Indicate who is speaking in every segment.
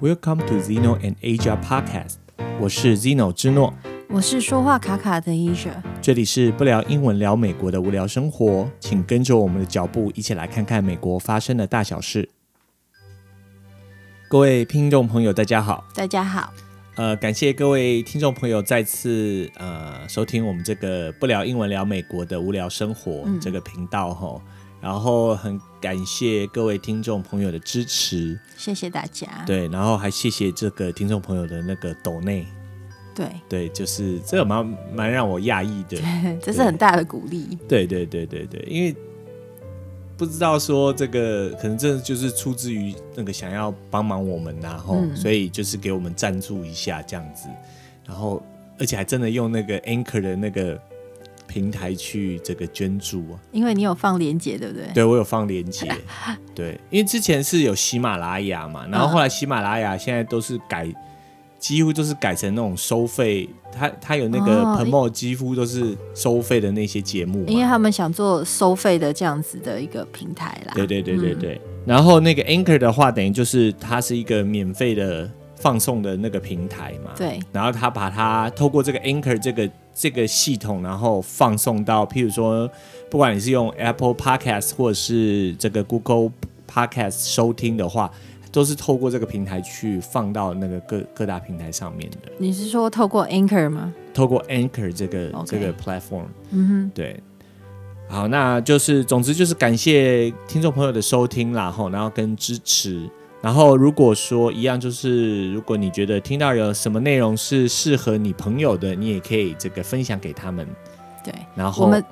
Speaker 1: Welcome to Zeno and Asia Podcast，我是 Zeno 之诺，
Speaker 2: 我是说话卡卡的 Asia。
Speaker 1: 这里是不聊英文聊美国的无聊生活，请跟着我们的脚步一起来看看美国发生的大小事。各位听众朋友，大家好，
Speaker 2: 大家好，
Speaker 1: 呃，感谢各位听众朋友再次呃收听我们这个不聊英文聊美国的无聊生活、这个频道吼，然后很感谢各位听众朋友的支持，
Speaker 2: 谢谢大家。
Speaker 1: 对，然后还谢谢这个听众朋友的那个抖内，
Speaker 2: 对
Speaker 1: 对，就是这个蛮蛮让我讶异的，
Speaker 2: 这是很大的鼓励。
Speaker 1: 对对对对对，因为不知道说这个可能真的就是出自于那个想要帮忙我们、然后、所以就是给我们赞助一下这样子，然后而且还真的用那个 Anchor 的那个平台去这个捐助啊，
Speaker 2: 因为你有放链接，对不对？
Speaker 1: 对我有放链接，对，因为之前是有喜马拉雅嘛，然后后来喜马拉雅现在都是改，几乎都是改成那种收费，它它有那个
Speaker 2: 哦哎
Speaker 1: promo 几乎都是收费的那些节目嘛，
Speaker 2: 因为他们想做收费的这样子的一个平台啦。
Speaker 1: 对对对对对。然后那个 Anchor 的话，等于就是它是一个免费的放送的那个平台嘛。。
Speaker 2: 对
Speaker 1: 然后他把它透过这个 Anchor 这个这个系统，然后放送到，譬如说，不管你是用 Apple Podcast 或者是这个 Google Podcast 收听的话，都是透过这个平台去放到那个各各大平台上面的。
Speaker 2: 你是说透过 Anchor 吗？
Speaker 1: 透过 Anchor 这个
Speaker 2: OK
Speaker 1: 这个 platform，嗯哼，对，好，那就是总之就是感谢听众朋友的收听啦，吼，然后跟支持，然后如果说一样，就是如果你觉得听到有什么内容是适合你朋友的，你也可以这个分享给他们，
Speaker 2: 对，
Speaker 1: 然后
Speaker 2: 我们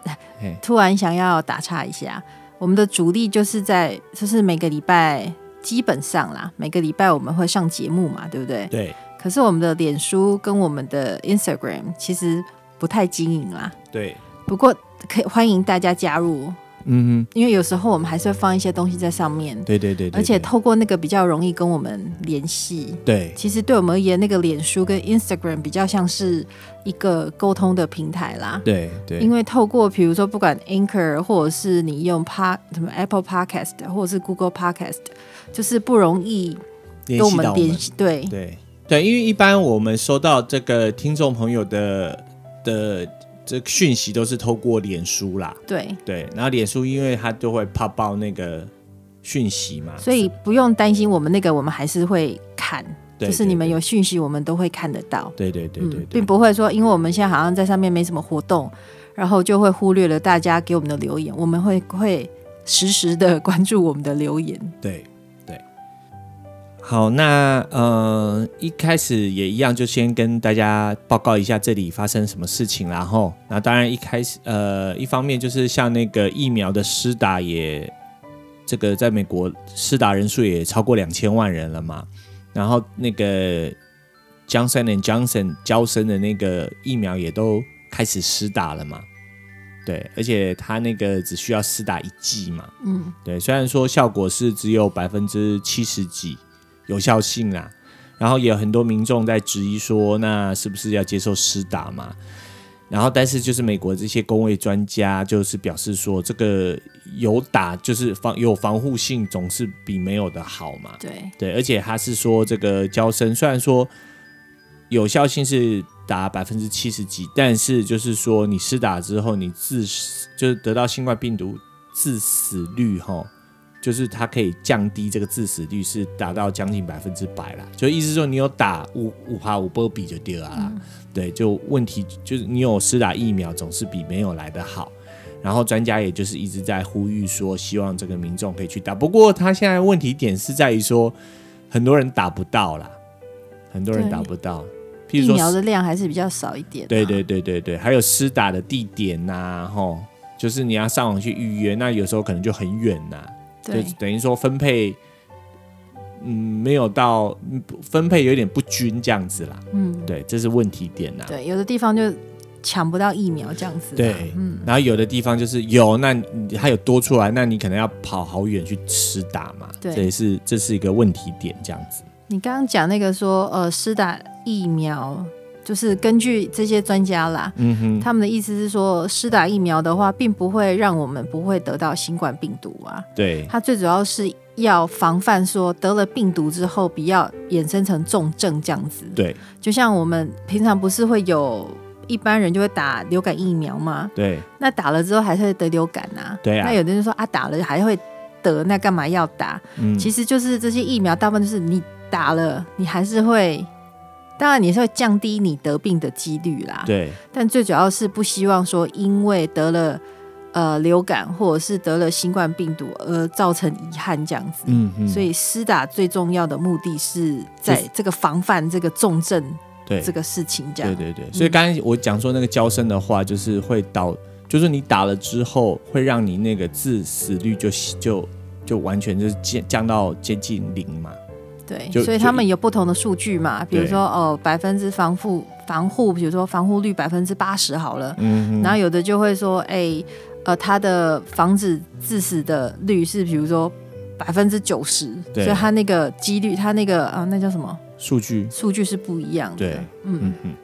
Speaker 1: 嘿
Speaker 2: 突然想要打岔一下，我们的主力就是在就是每个礼拜基本上啦，每个礼拜我们会上节目嘛，对不对？
Speaker 1: 对
Speaker 2: 可是我们的脸书跟我们的 Instagram 其实不太经营啦。
Speaker 1: 对，
Speaker 2: 不过可以欢迎大家加入，
Speaker 1: 嗯哼，
Speaker 2: 因为有时候我们还是会放一些东西在上面，
Speaker 1: 对对对对，
Speaker 2: 而且
Speaker 1: 对
Speaker 2: 透过那个比较容易跟我们联系。
Speaker 1: 对
Speaker 2: 其实对我们而言，那个脸书跟 Instagram 比较像是一个沟通的平台啦。
Speaker 1: 对对，
Speaker 2: 因为透过比如说不管 Anchor 或者是你用 Pa 什么 Apple Podcast 或者是 Google Podcast，就是不容易
Speaker 1: 联
Speaker 2: 跟我
Speaker 1: 系
Speaker 2: 们
Speaker 1: 到
Speaker 2: 联系。对
Speaker 1: 对对，因为一般我们收到这个听众朋友的的这个讯息都是透过脸书啦，
Speaker 2: 对，
Speaker 1: 对，然后脸书因为它就会 pop 爆那个讯息嘛，
Speaker 2: 所以不用担心我们那个，我们还是会看，
Speaker 1: 对
Speaker 2: 就是你们有讯息，我们都会看得到。
Speaker 1: 对对对对
Speaker 2: 嗯，
Speaker 1: 对
Speaker 2: 并不会说，因为我们现在好像在上面没什么活动，然后就会忽略了大家给我们的留言。我们会会实时的关注我们的留言。
Speaker 1: 对对。好，那呃一开始也一样，就先跟大家报告一下这里发生什么事情啦吼。那当然一开始呃一方面就是像那个疫苗的施打也这个在美国施打人数也超过两千万人了嘛，然后那个 Johnson and Johnson 交生的那个疫苗也都开始施打了嘛，对，而且他那个只需要施打一剂嘛，
Speaker 2: 嗯，
Speaker 1: 对，虽然说效果是只有百分之七十几有效性啦，然后也有很多民众在质疑说，那是不是要接受施打嘛？然后，但是就是美国这些工位专家就是表示说，这个有打就是防有防护性，总是比没有的好嘛。
Speaker 2: 对，
Speaker 1: 对，而且他是说这个交生虽然说有效性是达百分之七十几，但是就是说你施打之后，你自就是得到新冠病毒致死率哈，就是它可以降低这个致死率是达到将近百分之百啦。就意思说你有打五五趴五波比就对了啦。对，就问题就是你有施打疫苗总是比没有来的好。然后专家也就是一直在呼吁说，希望这个民众可以去打。不过他现在问题点是在于说，很多人打不到啦，很多人
Speaker 2: 对
Speaker 1: 打不到。譬如
Speaker 2: 疫
Speaker 1: 说
Speaker 2: 苗的量还是比较少一点、啊
Speaker 1: 对，对对对对，还有施打的地点呐、吼，就是你要上网去预约，那有时候可能就很远呐、就
Speaker 2: 对，
Speaker 1: 等于说分配，嗯，没有到嗯分配有点不均这样子啦，
Speaker 2: 嗯，
Speaker 1: 对，这是问题点呐、
Speaker 2: 对，有的地方就抢不到疫苗这样子。啊
Speaker 1: 对，
Speaker 2: 嗯
Speaker 1: 然后有的地方就是有，那你还有多出来，那你可能要跑好远去施打嘛，
Speaker 2: 对
Speaker 1: 这也是这是一个问题点这样子。
Speaker 2: 你刚刚讲那个说，呃，施打疫苗就是根据这些专家啦，
Speaker 1: 嗯哼，
Speaker 2: 他们的意思是说，施打疫苗的话，并不会让我们不会得到新冠病毒啊。
Speaker 1: 对，
Speaker 2: 它最主要是要防范说得了病毒之后，不要衍生成重症这样子。
Speaker 1: 对，
Speaker 2: 就像我们平常不是会有一般人就会打流感疫苗吗？
Speaker 1: 对，
Speaker 2: 那打了之后还是会得流感啊。
Speaker 1: 对啊
Speaker 2: 那有的人说啊，打了还会得，那干嘛要打？
Speaker 1: 嗯，
Speaker 2: 其实就是这些疫苗，大部分就是你打了，你还是会，当然你是会降低你得病的几率啦。
Speaker 1: 对，
Speaker 2: 但最主要是不希望说因为得了呃流感或者是得了新冠病毒而造成遗憾这样子。
Speaker 1: 嗯哼，
Speaker 2: 所
Speaker 1: 以
Speaker 2: 以施打最重要的目的是在
Speaker 1: 就是
Speaker 2: 这个防范这个重症
Speaker 1: 对
Speaker 2: 这个事情这样
Speaker 1: 对。对对，所以刚才我讲说那个交生的话，就是会导，就是你打了之后，会让你那个致死率就就就完全就是降降到接近零嘛。
Speaker 2: 对，
Speaker 1: 就
Speaker 2: 所以
Speaker 1: 就
Speaker 2: 他
Speaker 1: 一
Speaker 2: 们有不同的数据嘛，比如
Speaker 1: 对
Speaker 2: 说哦，百分之防护防护，比如说防护率百分之八十好了，
Speaker 1: 嗯
Speaker 2: 然后有的就会说，哎、呃，它的防止致死的率是比如说百分之九十，
Speaker 1: 对
Speaker 2: 所以它那个几率，它那个啊，那叫什么
Speaker 1: 哼，数据
Speaker 2: 数据是不一样的。
Speaker 1: 对，
Speaker 2: 嗯，
Speaker 1: 嗯嗯。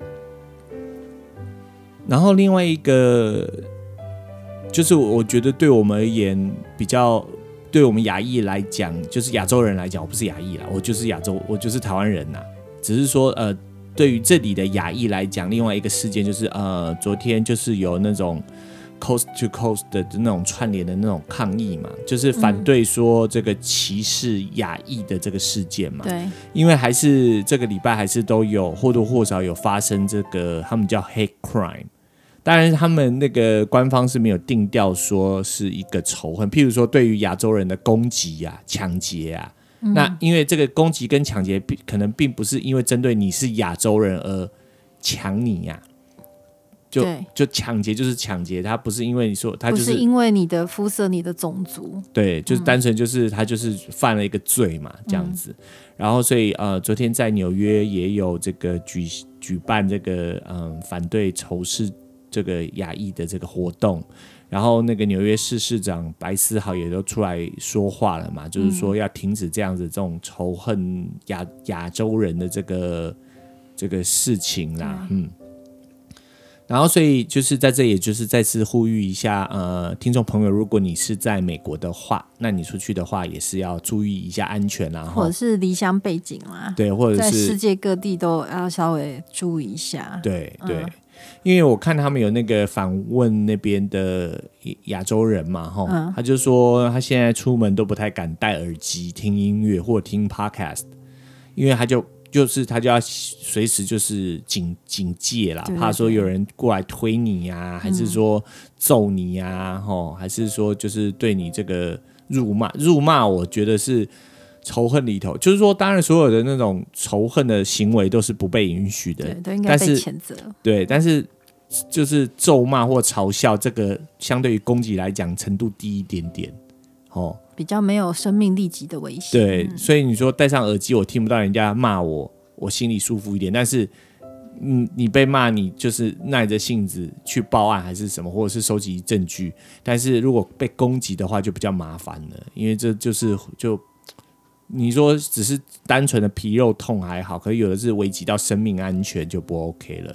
Speaker 1: 然后另外一个就是我我觉得对我们而言比较。对我们亚裔来讲，就是亚洲人来讲，我不是亚裔啦，我就是亚洲，我就是台湾人呐。只是说，呃，对于这里的亚裔来讲，另外一个事件就是，呃，昨天就是有那种 coast to coast 的那种串联的那种抗议嘛，就是
Speaker 2: 嗯
Speaker 1: 反对说这个歧视亚裔的这个事件嘛。
Speaker 2: 对，
Speaker 1: 因为还是这个礼拜还是都有或多或少有发生这个他们叫 hate crime，当然他们那个官方是没有定调说是一个仇恨，譬如说对于亚洲人的攻击啊、抢劫啊，
Speaker 2: 嗯
Speaker 1: 那因为这个攻击跟抢劫并可能并不是因为针对你是亚洲人而抢你呀、就
Speaker 2: 对
Speaker 1: 就抢劫就是抢劫，他不是因为你说他
Speaker 2: 不
Speaker 1: 就是是
Speaker 2: 因嗯为你的肤色、你的种族，
Speaker 1: 对，就是单纯就是他就是犯了一个罪嘛，这样子。然后所以呃，昨天在纽约也有这个举举办这个嗯、反对仇视这个亚裔的这个活动。然后那个纽约市市长白思豪也都出来说话了嘛，就是说要停止这样子这种仇恨亚亚洲人的这个这个事情啦，嗯。然后，所以就是在这，也就是再次呼吁一下，呃，听众朋友，如果你是在美国的话，那你出去的话也是要注意一下安全啦，
Speaker 2: 或
Speaker 1: 哈
Speaker 2: 者，是离乡背景啦，
Speaker 1: 哦对，或者
Speaker 2: 在
Speaker 1: 是
Speaker 2: 世界各地都要稍微注意一下。
Speaker 1: 对
Speaker 2: 嗯
Speaker 1: 对，因为我看他们有那个访问那边的亚洲人嘛，哈、
Speaker 2: 嗯
Speaker 1: 他就说他现在出门都不太敢戴耳机听音乐或听 podcast，因为他就就是他就要随时就是警警戒啦
Speaker 2: 对，对嗯
Speaker 1: 怕说有人过来推你呀、还是说揍你呀、吼、还是说就是对你这个辱骂辱骂，我觉得是。仇恨里头，就是说，当然，所有的那种仇恨的行为都是不被允许的
Speaker 2: 对，，都应该
Speaker 1: 但
Speaker 2: 被
Speaker 1: 是
Speaker 2: 谴责。
Speaker 1: 对，但是就是咒骂或嘲笑这个，相对于攻击来讲，程度低一点点。哦，
Speaker 2: 比较没有生命力级的危险。
Speaker 1: 对，所以你说戴上耳机，我听不到人家骂我，我心里舒服一点。但是，嗯，你被骂，你就是耐着性子去报案还是什么，或者是收集证据。但是如果被攻击的话，就比较麻烦了，因为这就是就。你说只是单纯的皮肉痛还好，可是有的是危及到生命安全就不 OK 了。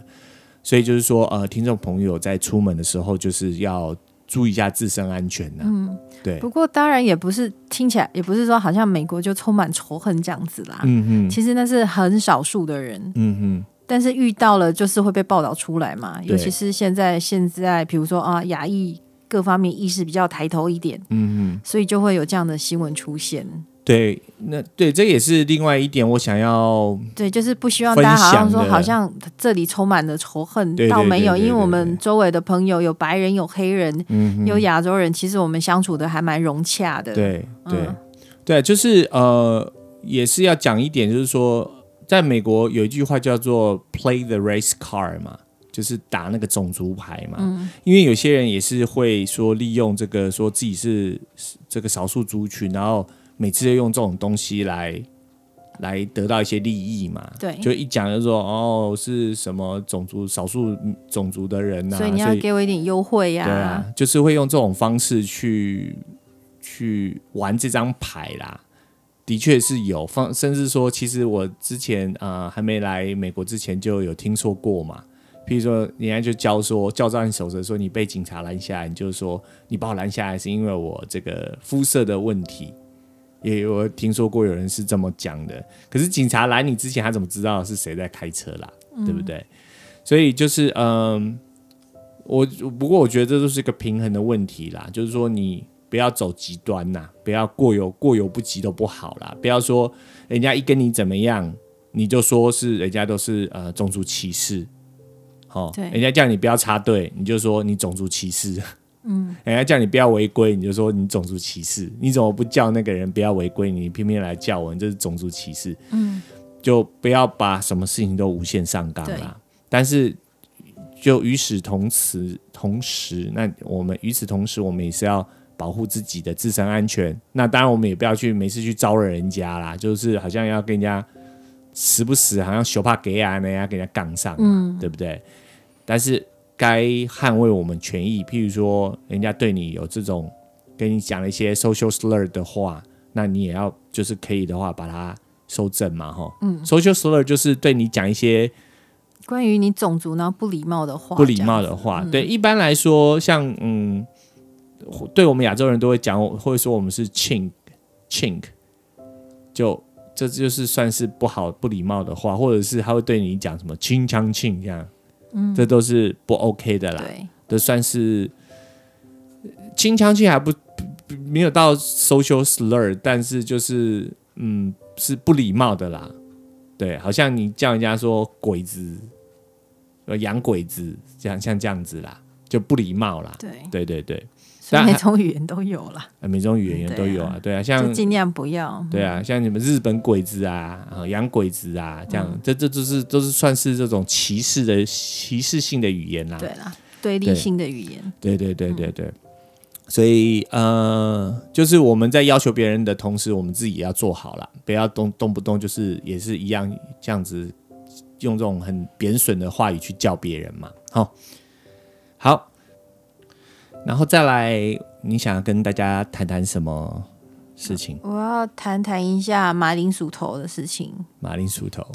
Speaker 1: 所以就是说，呃，听众朋友在出门的时候就是要注意一下自身安全呐、嗯，对，
Speaker 2: 不过当然也不是听起来也不是说好像美国就充满仇恨这样子啦。
Speaker 1: 嗯哼，
Speaker 2: 其实那是很少数的人，
Speaker 1: 嗯哼，
Speaker 2: 但是遇到了就是会被报道出来嘛。
Speaker 1: 对
Speaker 2: 尤其是现在现在，比如说啊，亚裔各方面意识比较抬头一点，
Speaker 1: 嗯哼。
Speaker 2: 所以就会有这样的新闻出现。
Speaker 1: 对，那对，这也是另外一点，我想要
Speaker 2: 对，就是不希望大家好像
Speaker 1: 分
Speaker 2: 说
Speaker 1: 享的
Speaker 2: 好像这里充满了仇恨，
Speaker 1: 对对
Speaker 2: 倒没有，
Speaker 1: 对对对
Speaker 2: 因为我
Speaker 1: 对
Speaker 2: 们周围的朋友有白人，有黑人，
Speaker 1: 嗯
Speaker 2: 有亚洲人，其实我们相处的还蛮融洽的。
Speaker 1: 对对、
Speaker 2: 嗯
Speaker 1: 对，就是呃，也是要讲一点，就是说，在美国有一句话叫做 “play the race card” 嘛，就是打那个种族牌嘛。
Speaker 2: 嗯
Speaker 1: 因为有些人也是会说利用这个说自己是这个少数族群，然后每次都用这种东西来。来得到一些利益嘛？
Speaker 2: 对
Speaker 1: 就一讲就说哦，是什么种族少数种族的人呐、
Speaker 2: 所以你要给我一点优惠呀、
Speaker 1: 对啊，就是会用这种方式去去玩这张牌啦。的确是有放，甚至说，其实我之前呃还没来美国之前就有听说过嘛。譬如说，人家就教说，教招你守则说，你被警察拦下来，你就说你把我拦下来是因为我这个肤色的问题。也有听说过有人是这么讲的，可是警察来你之前，他怎么知道是谁在开车啦？对不对？所以就是嗯，我不过我觉得这就是一个平衡的问题啦，就是说你不要走极端呐，不要过犹过犹不及都不好啦，不要说人家一跟你怎么样，你就说是人家都是呃种族歧视。哦，
Speaker 2: 对
Speaker 1: 人家叫你不要插队，你就说你种族歧视。嗯，人家叫你不要违规，你就说你种族歧视。你怎么不叫那个人不要违规，你偏偏来叫我，你这是种族歧视。嗯，就不要把什么事情都无限上纲
Speaker 2: 对
Speaker 1: 啦。但是，就与此同时，同时，那我们与此同时，我们也是要保护自己的自身安全。那当然，我们也不要去没事去招惹人家啦，就是好像要跟人家时不时好像羞怕给啊那样给人家杠上，嗯，对不对？但是该捍卫我们权益，譬如说人家对你有这种跟你讲了一些 social slur 的话，那你也要就是可以的话把它收正嘛，哈，嗯，social slur 就是对你讲一些
Speaker 2: 关于你种族然后不礼貌的话，
Speaker 1: 不礼貌的话，嗯对，一般来说，像嗯，对我们亚洲人都会讲，会说我们是 chink chink，就这就是算是不好不礼貌的话，或者是他会对你讲什么清腔庆这样，嗯，这都是不 OK 的啊
Speaker 2: 这
Speaker 1: 啦
Speaker 2: 样，，对，
Speaker 1: 这算是呃清腔庆还不不不没有到 social slur，但是就是嗯是不礼貌的啦，对，好像你叫人家说鬼子，呃洋鬼子，这样像这样子啦，就不礼貌啦，
Speaker 2: 对，
Speaker 1: 对对对，
Speaker 2: 所以
Speaker 1: 但
Speaker 2: 每种语言都有啦，
Speaker 1: 呃每种语言都有啊，对啊，像
Speaker 2: 就尽量不要。
Speaker 1: 对啊，像你们日本鬼子啊，啊洋鬼子啊，这样，这这就是都是算是这种歧视的歧视性的语言啦，
Speaker 2: 对啦，对立
Speaker 1: 对
Speaker 2: 性的语言，
Speaker 1: 对对对
Speaker 2: 嗯
Speaker 1: 对对，所以呃，就是我们在要求别人的同时，我们自己也要做好了，不要动动不动就是也是一样这样子，用这种很贬损的话语去叫别人嘛。好、好，然后再来，你想要跟大家谈谈什么事情？
Speaker 2: 我要谈谈一下马铃薯头的事情。
Speaker 1: 马铃薯头、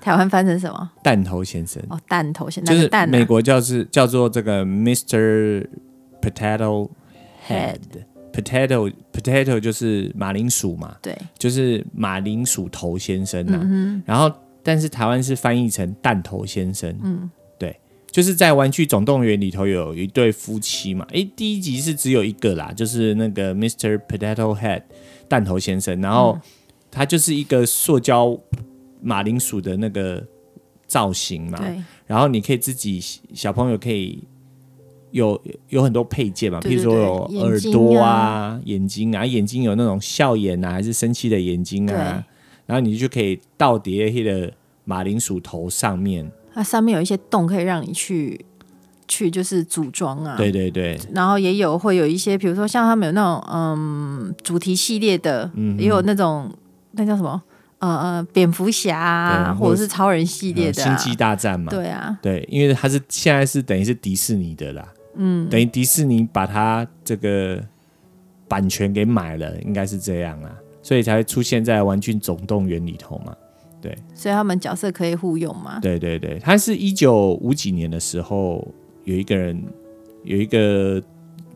Speaker 2: 台湾翻成什么？
Speaker 1: 弹头先生，
Speaker 2: 哦，蛋头，现在
Speaker 1: 就
Speaker 2: 个
Speaker 1: 是
Speaker 2: 蛋、
Speaker 1: 美
Speaker 2: 啊、
Speaker 1: 国叫是叫做这个 Mr. Potato Head。Potato Potato 就是马铃薯嘛，
Speaker 2: 对，
Speaker 1: 就是马铃薯头先生呐、然后，但是台湾是翻译成蛋头先生。嗯，对，就是在《玩具总动员》里头有一对夫妻嘛。诶，第一集是只有一个啦，就是那个 Mr. Potato Head 蛋头先生，然后他就是一个塑胶马铃薯的那个造型嘛。
Speaker 2: 对，
Speaker 1: 然后你可以自己小朋友可以有有很多配件嘛，
Speaker 2: 对
Speaker 1: 譬如说
Speaker 2: 对
Speaker 1: 有
Speaker 2: 眼
Speaker 1: 耳
Speaker 2: 睛
Speaker 1: 朵
Speaker 2: 啊
Speaker 1: 啊、眼睛啊，眼睛有那种笑眼啊，还是生气的眼睛啊，然后你就可以倒叠那个马铃薯头上面，
Speaker 2: 它上面有一些洞可以让你去去就是组装啊。
Speaker 1: 对对对
Speaker 2: 然后也有会有一些，比如说像他们有那种嗯主题系列的，
Speaker 1: 嗯
Speaker 2: 也有那种那叫什么呃呃蝙蝠侠啊，
Speaker 1: 对
Speaker 2: 或者是超人系列
Speaker 1: 呃
Speaker 2: 的、啊
Speaker 1: 星际大战嘛，
Speaker 2: 对啊，
Speaker 1: 对，因为它是现在是等于是迪士尼的啦，嗯，等于迪士尼把它这个版权给买了，应该是这样啦，所以才会出现在《玩具总动员》里头嘛。
Speaker 2: 所以他们角色可以互用 嘛。
Speaker 1: 对对对，他是一九五几年的时候，有一个人有一个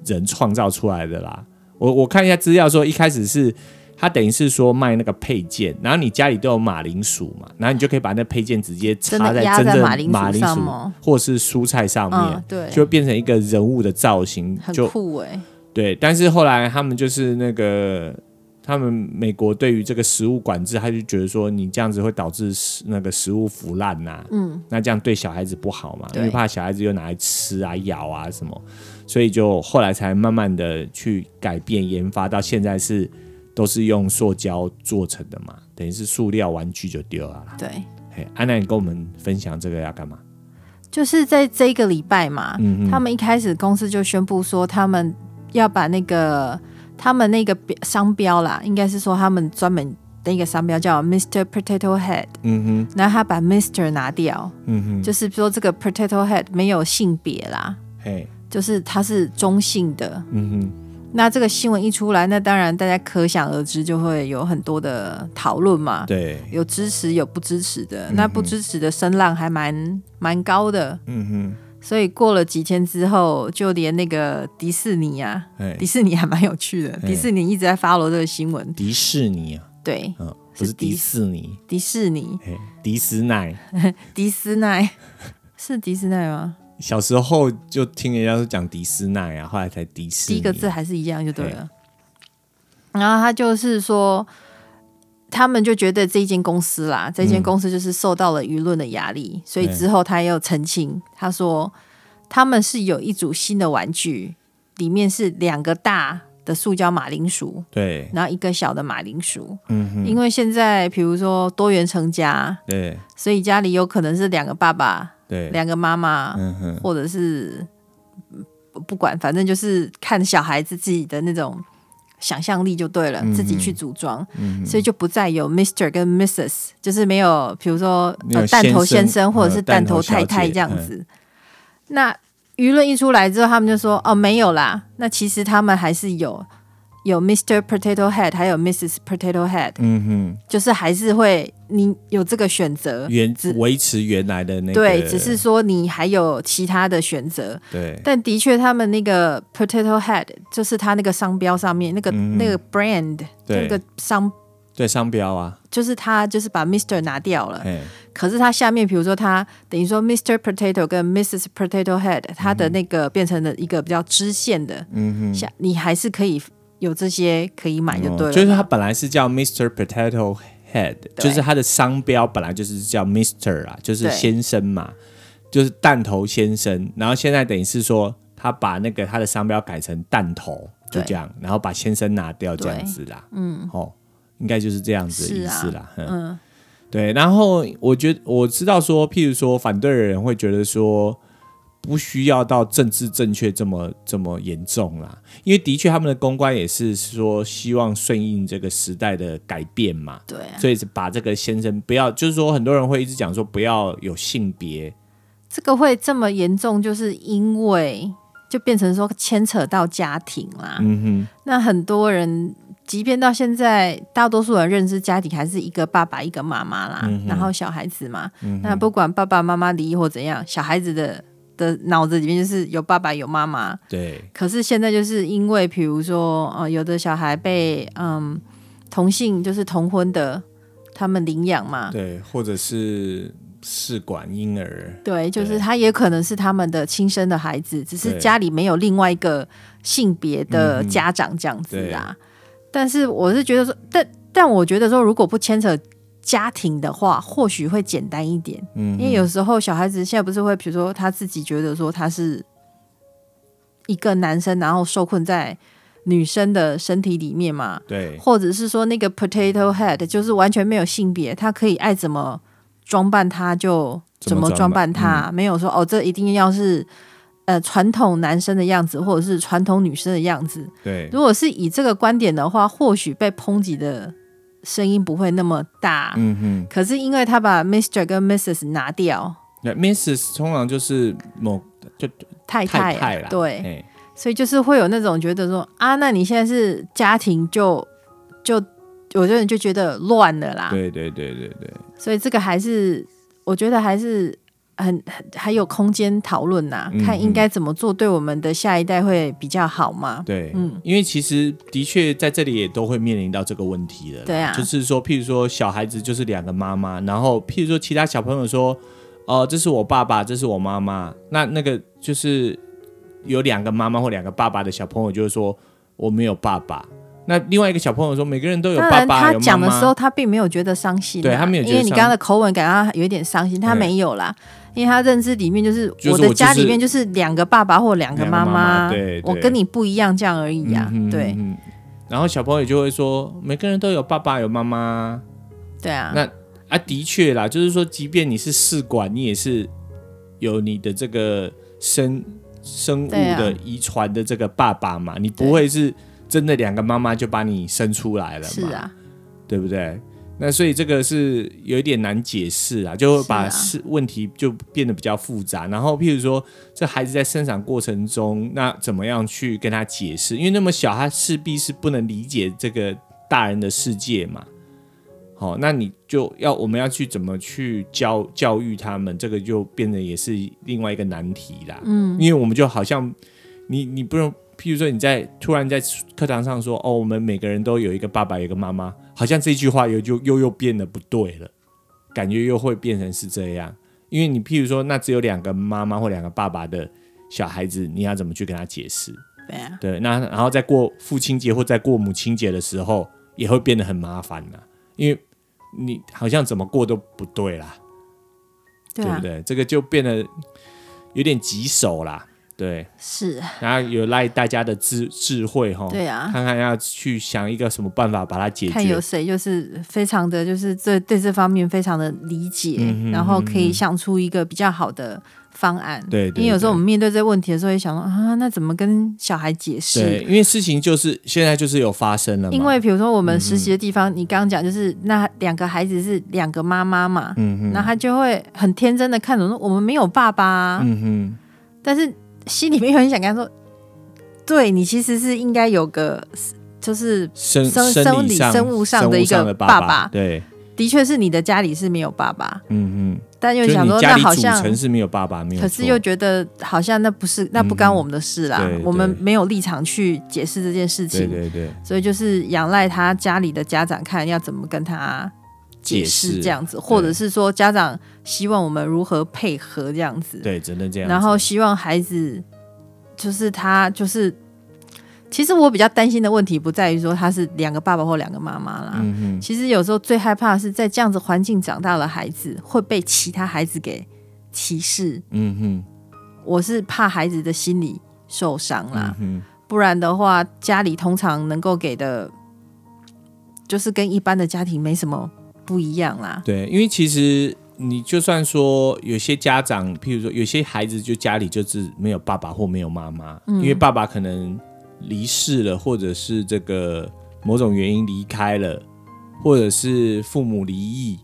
Speaker 1: 人创造出来的啦。我我看一下资料说，一开始是他等于是说卖那个配件，然后你家里都有马铃薯嘛，然后你就可以把那配件直接插
Speaker 2: 真的
Speaker 1: 在
Speaker 2: 压
Speaker 1: 真
Speaker 2: 在
Speaker 1: 正
Speaker 2: 马铃薯
Speaker 1: 马铃
Speaker 2: 上
Speaker 1: 薯
Speaker 2: 哦
Speaker 1: 或是蔬菜上面
Speaker 2: 嗯，，对，
Speaker 1: 就变成一个人物的造型，
Speaker 2: 很
Speaker 1: 就
Speaker 2: 酷哎、
Speaker 1: 对，但是后来他们就是那个，他们美国对于这个食物管制，他就觉得说你这样子会导致食那个食物腐烂呐、嗯，那这样对小孩子不好嘛，
Speaker 2: 对
Speaker 1: 因为怕小孩子又拿来吃啊、咬啊什么，所以就后来才慢慢的去改变研发，到现在是都是用塑胶做成的嘛，等于是塑料玩具就丢了啦。
Speaker 2: 对，
Speaker 1: 嘿，安、娜，你跟我们分享这个要干嘛？
Speaker 2: 就是在这一个礼拜嘛，
Speaker 1: 嗯
Speaker 2: 他们一开始公司就宣布说，他们要把那个他们那个标商标啦，应该是说他们专门的一个商标叫 Mr. Potato Head，
Speaker 1: 嗯哼，
Speaker 2: 然后他把 Mr. 拿掉，
Speaker 1: 嗯哼，
Speaker 2: 就是说这个 Potato Head 没有性别啦，
Speaker 1: 嘿，
Speaker 2: 就是它是中性的。
Speaker 1: 嗯哼，
Speaker 2: 那这个新闻一出来，那当然大家可想而知，就会有很多的讨论嘛。
Speaker 1: 对，
Speaker 2: 有支持，有不支持的。那不支持的声浪还蛮蛮高的，
Speaker 1: 嗯
Speaker 2: 所以过了几天之后，就连那个迪士尼啊，
Speaker 1: 哼，哎
Speaker 2: 迪，士尼还蛮有趣的。
Speaker 1: 哎
Speaker 2: 迪士尼一直在 follow 这个新闻，
Speaker 1: 迪士尼啊，
Speaker 2: 对，
Speaker 1: 嗯，不是
Speaker 2: 是迪
Speaker 1: 迪士尼，
Speaker 2: 迪士尼、
Speaker 1: 哎，迪斯奈。
Speaker 2: 迪斯奈 是迪斯奈吗？
Speaker 1: 小时候就听人家说讲迪斯奈啊，后来才迪士
Speaker 2: 第
Speaker 1: 尼。
Speaker 2: 一个字还是一样就对了。然后他就是说，他们就觉得这一间公司啦，这间公司就是受到了舆论的压力，所以之后他也有澄清，他说他们是有一组新的玩具，里面是两个大的塑胶马铃薯，
Speaker 1: 对，
Speaker 2: 然后一个小的马铃薯。
Speaker 1: 嗯哼，
Speaker 2: 因为现在比如说多元成家，
Speaker 1: 对
Speaker 2: 所以家里有可能是两个爸爸、
Speaker 1: 对，
Speaker 2: 两个妈妈，
Speaker 1: 嗯哼，
Speaker 2: 或者是嗯不不管，反正就是看小孩子自己的那种想象力就对了，
Speaker 1: 嗯
Speaker 2: 自己去组装，所以就不再有 Mister 跟 Mrs，就是没有比如说
Speaker 1: 没有
Speaker 2: 呃弹头
Speaker 1: 先
Speaker 2: 先
Speaker 1: 生
Speaker 2: 生或者
Speaker 1: 呃
Speaker 2: 是弹头
Speaker 1: 弹头小
Speaker 2: 太太
Speaker 1: 姐
Speaker 2: 这样子。那舆论一出来之后，他们就说哦没有啦，那其实他们还是有。有 Mr. Potato Head，还有 Mrs. Potato Head，
Speaker 1: 嗯
Speaker 2: 就是还是会你有这个选择
Speaker 1: 哼，，原
Speaker 2: 只
Speaker 1: 维持原来的那个，
Speaker 2: 呃对，只是说你还有其他的选择。
Speaker 1: 对
Speaker 2: 但的确，他们那个 Potato Head 就是他那个商标上面那个、
Speaker 1: 嗯
Speaker 2: 那个 brand
Speaker 1: 对
Speaker 2: 那个商，
Speaker 1: 对商标啊，
Speaker 2: 就是他就是把 Mister 拿掉了。
Speaker 1: 哎，
Speaker 2: 可是他下面，比如说他等于说 Mister Potato 跟 Mrs Potato Head，他的那个变成了一个比较支线的，
Speaker 1: 嗯哼，
Speaker 2: 下你还是可以有这些可以买就对了。
Speaker 1: 哦就是它本来是叫 Mr. Potato Head，
Speaker 2: 对
Speaker 1: 就是它的商标本来就是叫 Mr. 啊，就是
Speaker 2: 对
Speaker 1: 先生嘛，就是弹头先生。然后现在等于是说，他把那个他的商标改成弹头，就
Speaker 2: 对
Speaker 1: 这样，然后把先生拿掉这样子啦。嗯，哦，应该就是这样子的
Speaker 2: 是
Speaker 1: 意
Speaker 2: 啊
Speaker 1: 思啦。嗯，对。然后我觉得我知道说，譬如说反对的人会觉得说。不需要到政治正确这么这么严重啦，因为的确他们的公关也是说希望顺应这个时代的改变嘛，
Speaker 2: 对啊，
Speaker 1: 所以是把这个先生不要，就是说很多人会一直讲说不要有性别，
Speaker 2: 这个会这么严重，就是因为就变成说牵扯到家庭啦。
Speaker 1: 嗯
Speaker 2: 那很多人，即便到现在，大多数人认知家庭还是一个爸爸一个妈妈啦，
Speaker 1: 嗯哼
Speaker 2: 然后小孩子嘛。
Speaker 1: 嗯哼
Speaker 2: 那不管爸爸妈妈离异或怎样，小孩子的的脑子里面就是有爸爸有妈妈
Speaker 1: 哼。，对，
Speaker 2: 可是现在就是因为，比如说，呃，有的小孩被嗯同性就是同婚的他们领养嘛，
Speaker 1: 对，或者是试管婴儿，
Speaker 2: 对，就
Speaker 1: 对
Speaker 2: 是他也可能是他们的亲生的孩子，只是
Speaker 1: 对嗯
Speaker 2: 家里没有另外一个性别的家长这样子啊。但是我是觉得说，但但我觉得说，如果不牵扯家庭的话，或许会简单一点，
Speaker 1: 嗯哼，
Speaker 2: 因为有时候小孩子现在不是会，比如说他自己觉得说他是一个男生，然后受困在女生的身体里面嘛，
Speaker 1: 对
Speaker 2: 或者是说那个 potato head
Speaker 1: 嗯
Speaker 2: 就是完全没有性别，他可以爱怎么装扮他就
Speaker 1: 怎
Speaker 2: 怎
Speaker 1: 么
Speaker 2: 么
Speaker 1: 装
Speaker 2: 装
Speaker 1: 扮嗯
Speaker 2: 扮他，没有说哦这一定要是呃传统男生的样子，或者是传统女生的样子。
Speaker 1: 对
Speaker 2: 如果是以这个观点的话，或许被抨击的声音不会那么大。
Speaker 1: 嗯哼，
Speaker 2: 可是因为他把 Mr 跟 Mrs 拿掉，
Speaker 1: 那 Mrs 通常就是某
Speaker 2: 太
Speaker 1: 太
Speaker 2: 啊
Speaker 1: 太啦，
Speaker 2: 对，
Speaker 1: 哎，
Speaker 2: 所以就是会有那种觉得说啊，那你现在是家庭就就有的人就觉得乱了啦。
Speaker 1: 对对对对对，
Speaker 2: 所以这个还是我觉得还是很很还有空间讨论呐，
Speaker 1: 嗯
Speaker 2: 看应该怎么做对我们的下一代会比较好嘛。
Speaker 1: 对，
Speaker 2: 嗯
Speaker 1: 因为其实的确在这里也都会面临到这个问题的啦，
Speaker 2: 对啊
Speaker 1: 嗯就是说，譬如说小孩子就是两个妈妈，然后譬如说其他小朋友说，哦、这是我爸爸，这是我妈妈，那那个就是有两个妈妈或两个爸爸的小朋友就会说我没有爸爸，那另外一个小朋友说每个人都有
Speaker 2: 当
Speaker 1: 爸
Speaker 2: 然，
Speaker 1: 爸
Speaker 2: 他
Speaker 1: 有妈
Speaker 2: 讲的时候，
Speaker 1: 妈，
Speaker 2: 他并没有觉得伤心啊，
Speaker 1: 对他没有觉得
Speaker 2: 因为你刚刚的口吻感到有一点伤心，他
Speaker 1: 嗯
Speaker 2: 没有啦，因为他认知里面就是
Speaker 1: 就是
Speaker 2: 的
Speaker 1: 我
Speaker 2: 家
Speaker 1: 就是
Speaker 2: 里面就是两个爸爸或两个妈
Speaker 1: 两个妈妈对
Speaker 2: 我
Speaker 1: 对
Speaker 2: 跟你不一样这样而已啊，
Speaker 1: 嗯哼
Speaker 2: 对
Speaker 1: 嗯哼然后小朋友就会说每个人都有爸爸有妈妈，
Speaker 2: 对啊，
Speaker 1: 那啊，的确啦，就是说，即便你是试管，你也是有你的这个生生物
Speaker 2: 对啊
Speaker 1: 的遗传的这个爸爸嘛，你不
Speaker 2: 对
Speaker 1: 会是真的两个妈妈就把你生出来了嘛，
Speaker 2: 是啊，
Speaker 1: 对不对？那所以这个是有一点难解释啊，就把
Speaker 2: 是
Speaker 1: 事问题就变得比较复杂。然后譬如说，这孩子在生长过程中，那怎么样去跟他解释？因为那么小，他势必是不能理解这个大人的世界嘛。好、那你就要我们要去怎么去教教育他们，这个就变得也是另外一个难题啦。嗯，因为我们就好像你你不用，譬如说你在突然在课堂上说哦，我们每个人都有一个爸爸，有一个妈妈，好像这句话又就又又变得不对了，感觉又会变成是这样。因为你譬如说，那只有两个妈妈或两个爸爸的小孩子，你要怎么去跟他解释？
Speaker 2: 对啊，
Speaker 1: 对，那然后在过父亲节或在过母亲节的时候，也会变得很麻烦呐、因为你好像怎么过都不对啦，
Speaker 2: 对
Speaker 1: 对
Speaker 2: 啊
Speaker 1: 不，对？这个就变得有点棘手啦，对。
Speaker 2: 是，啊
Speaker 1: 然后有赖大家的智智慧哈，
Speaker 2: 对啊
Speaker 1: 看看要去想一个什么办法把它解
Speaker 2: 看有
Speaker 1: 决。
Speaker 2: 谁就是非常的就是这对这方面非常的理解，
Speaker 1: 嗯哼
Speaker 2: 然后可以想出一个比较好的方案。
Speaker 1: 对对
Speaker 2: 因为有时候
Speaker 1: 对
Speaker 2: 我们面对这个问题的时候，也想说啊，那怎么跟小孩解
Speaker 1: 对，
Speaker 2: 释？
Speaker 1: 因为事情就是现在就是有发生了嘛，
Speaker 2: 因为比如说我们实
Speaker 1: 嗯
Speaker 2: 习的地方，你刚刚讲就是那两个孩子是两个妈妈嘛，
Speaker 1: 嗯
Speaker 2: 那、他就会很天真的看着说我们没有爸爸、啊，
Speaker 1: 嗯哼，
Speaker 2: 但是心里面又很想跟他说，对你其实是应该有个就是
Speaker 1: 生
Speaker 2: 生
Speaker 1: 生
Speaker 2: 生理
Speaker 1: 上
Speaker 2: 生物上
Speaker 1: 生
Speaker 2: 的一个
Speaker 1: 的
Speaker 2: 爸
Speaker 1: 爸，
Speaker 2: 爸
Speaker 1: 对，
Speaker 2: 的确是你的家里是没有爸爸，
Speaker 1: 嗯
Speaker 2: 但
Speaker 1: 哼，
Speaker 2: 又
Speaker 1: 就
Speaker 2: 想
Speaker 1: 你
Speaker 2: 说
Speaker 1: 家
Speaker 2: 那
Speaker 1: 里
Speaker 2: 好
Speaker 1: 组
Speaker 2: 像
Speaker 1: 成是没有爸爸，没有错，
Speaker 2: 可是又觉得好像那不是那不干我们的事啦，
Speaker 1: 嗯对对
Speaker 2: 我们没有立场去解释这件事
Speaker 1: 对
Speaker 2: 情，
Speaker 1: 对对，
Speaker 2: 所以就是仰赖他家里的家长看要怎么跟他解释这样子，或者是说家长希望我们如何配合这样子，
Speaker 1: 对，只能这样子。
Speaker 2: 然后希望孩子就是他就是。其实我比较担心的问题不在于说他是两个爸爸或两个妈妈啦，
Speaker 1: 嗯
Speaker 2: 其实有时候最害怕的是在这样子环境长大的孩子会被其他孩子给歧视，
Speaker 1: 哼，嗯哼，
Speaker 2: 我是怕孩子的心理受伤啦，
Speaker 1: 嗯
Speaker 2: 不然的话，家里通常能够给的，就是跟一般的家庭没什么不一样啦
Speaker 1: 哼，。对，因为其实你就算说有些家长，譬如说有些孩子就家里就是没有爸爸或没有妈妈，因为爸爸可
Speaker 2: 嗯
Speaker 1: 能离世了，或者是这个某种原因离开了，或者是父母离异，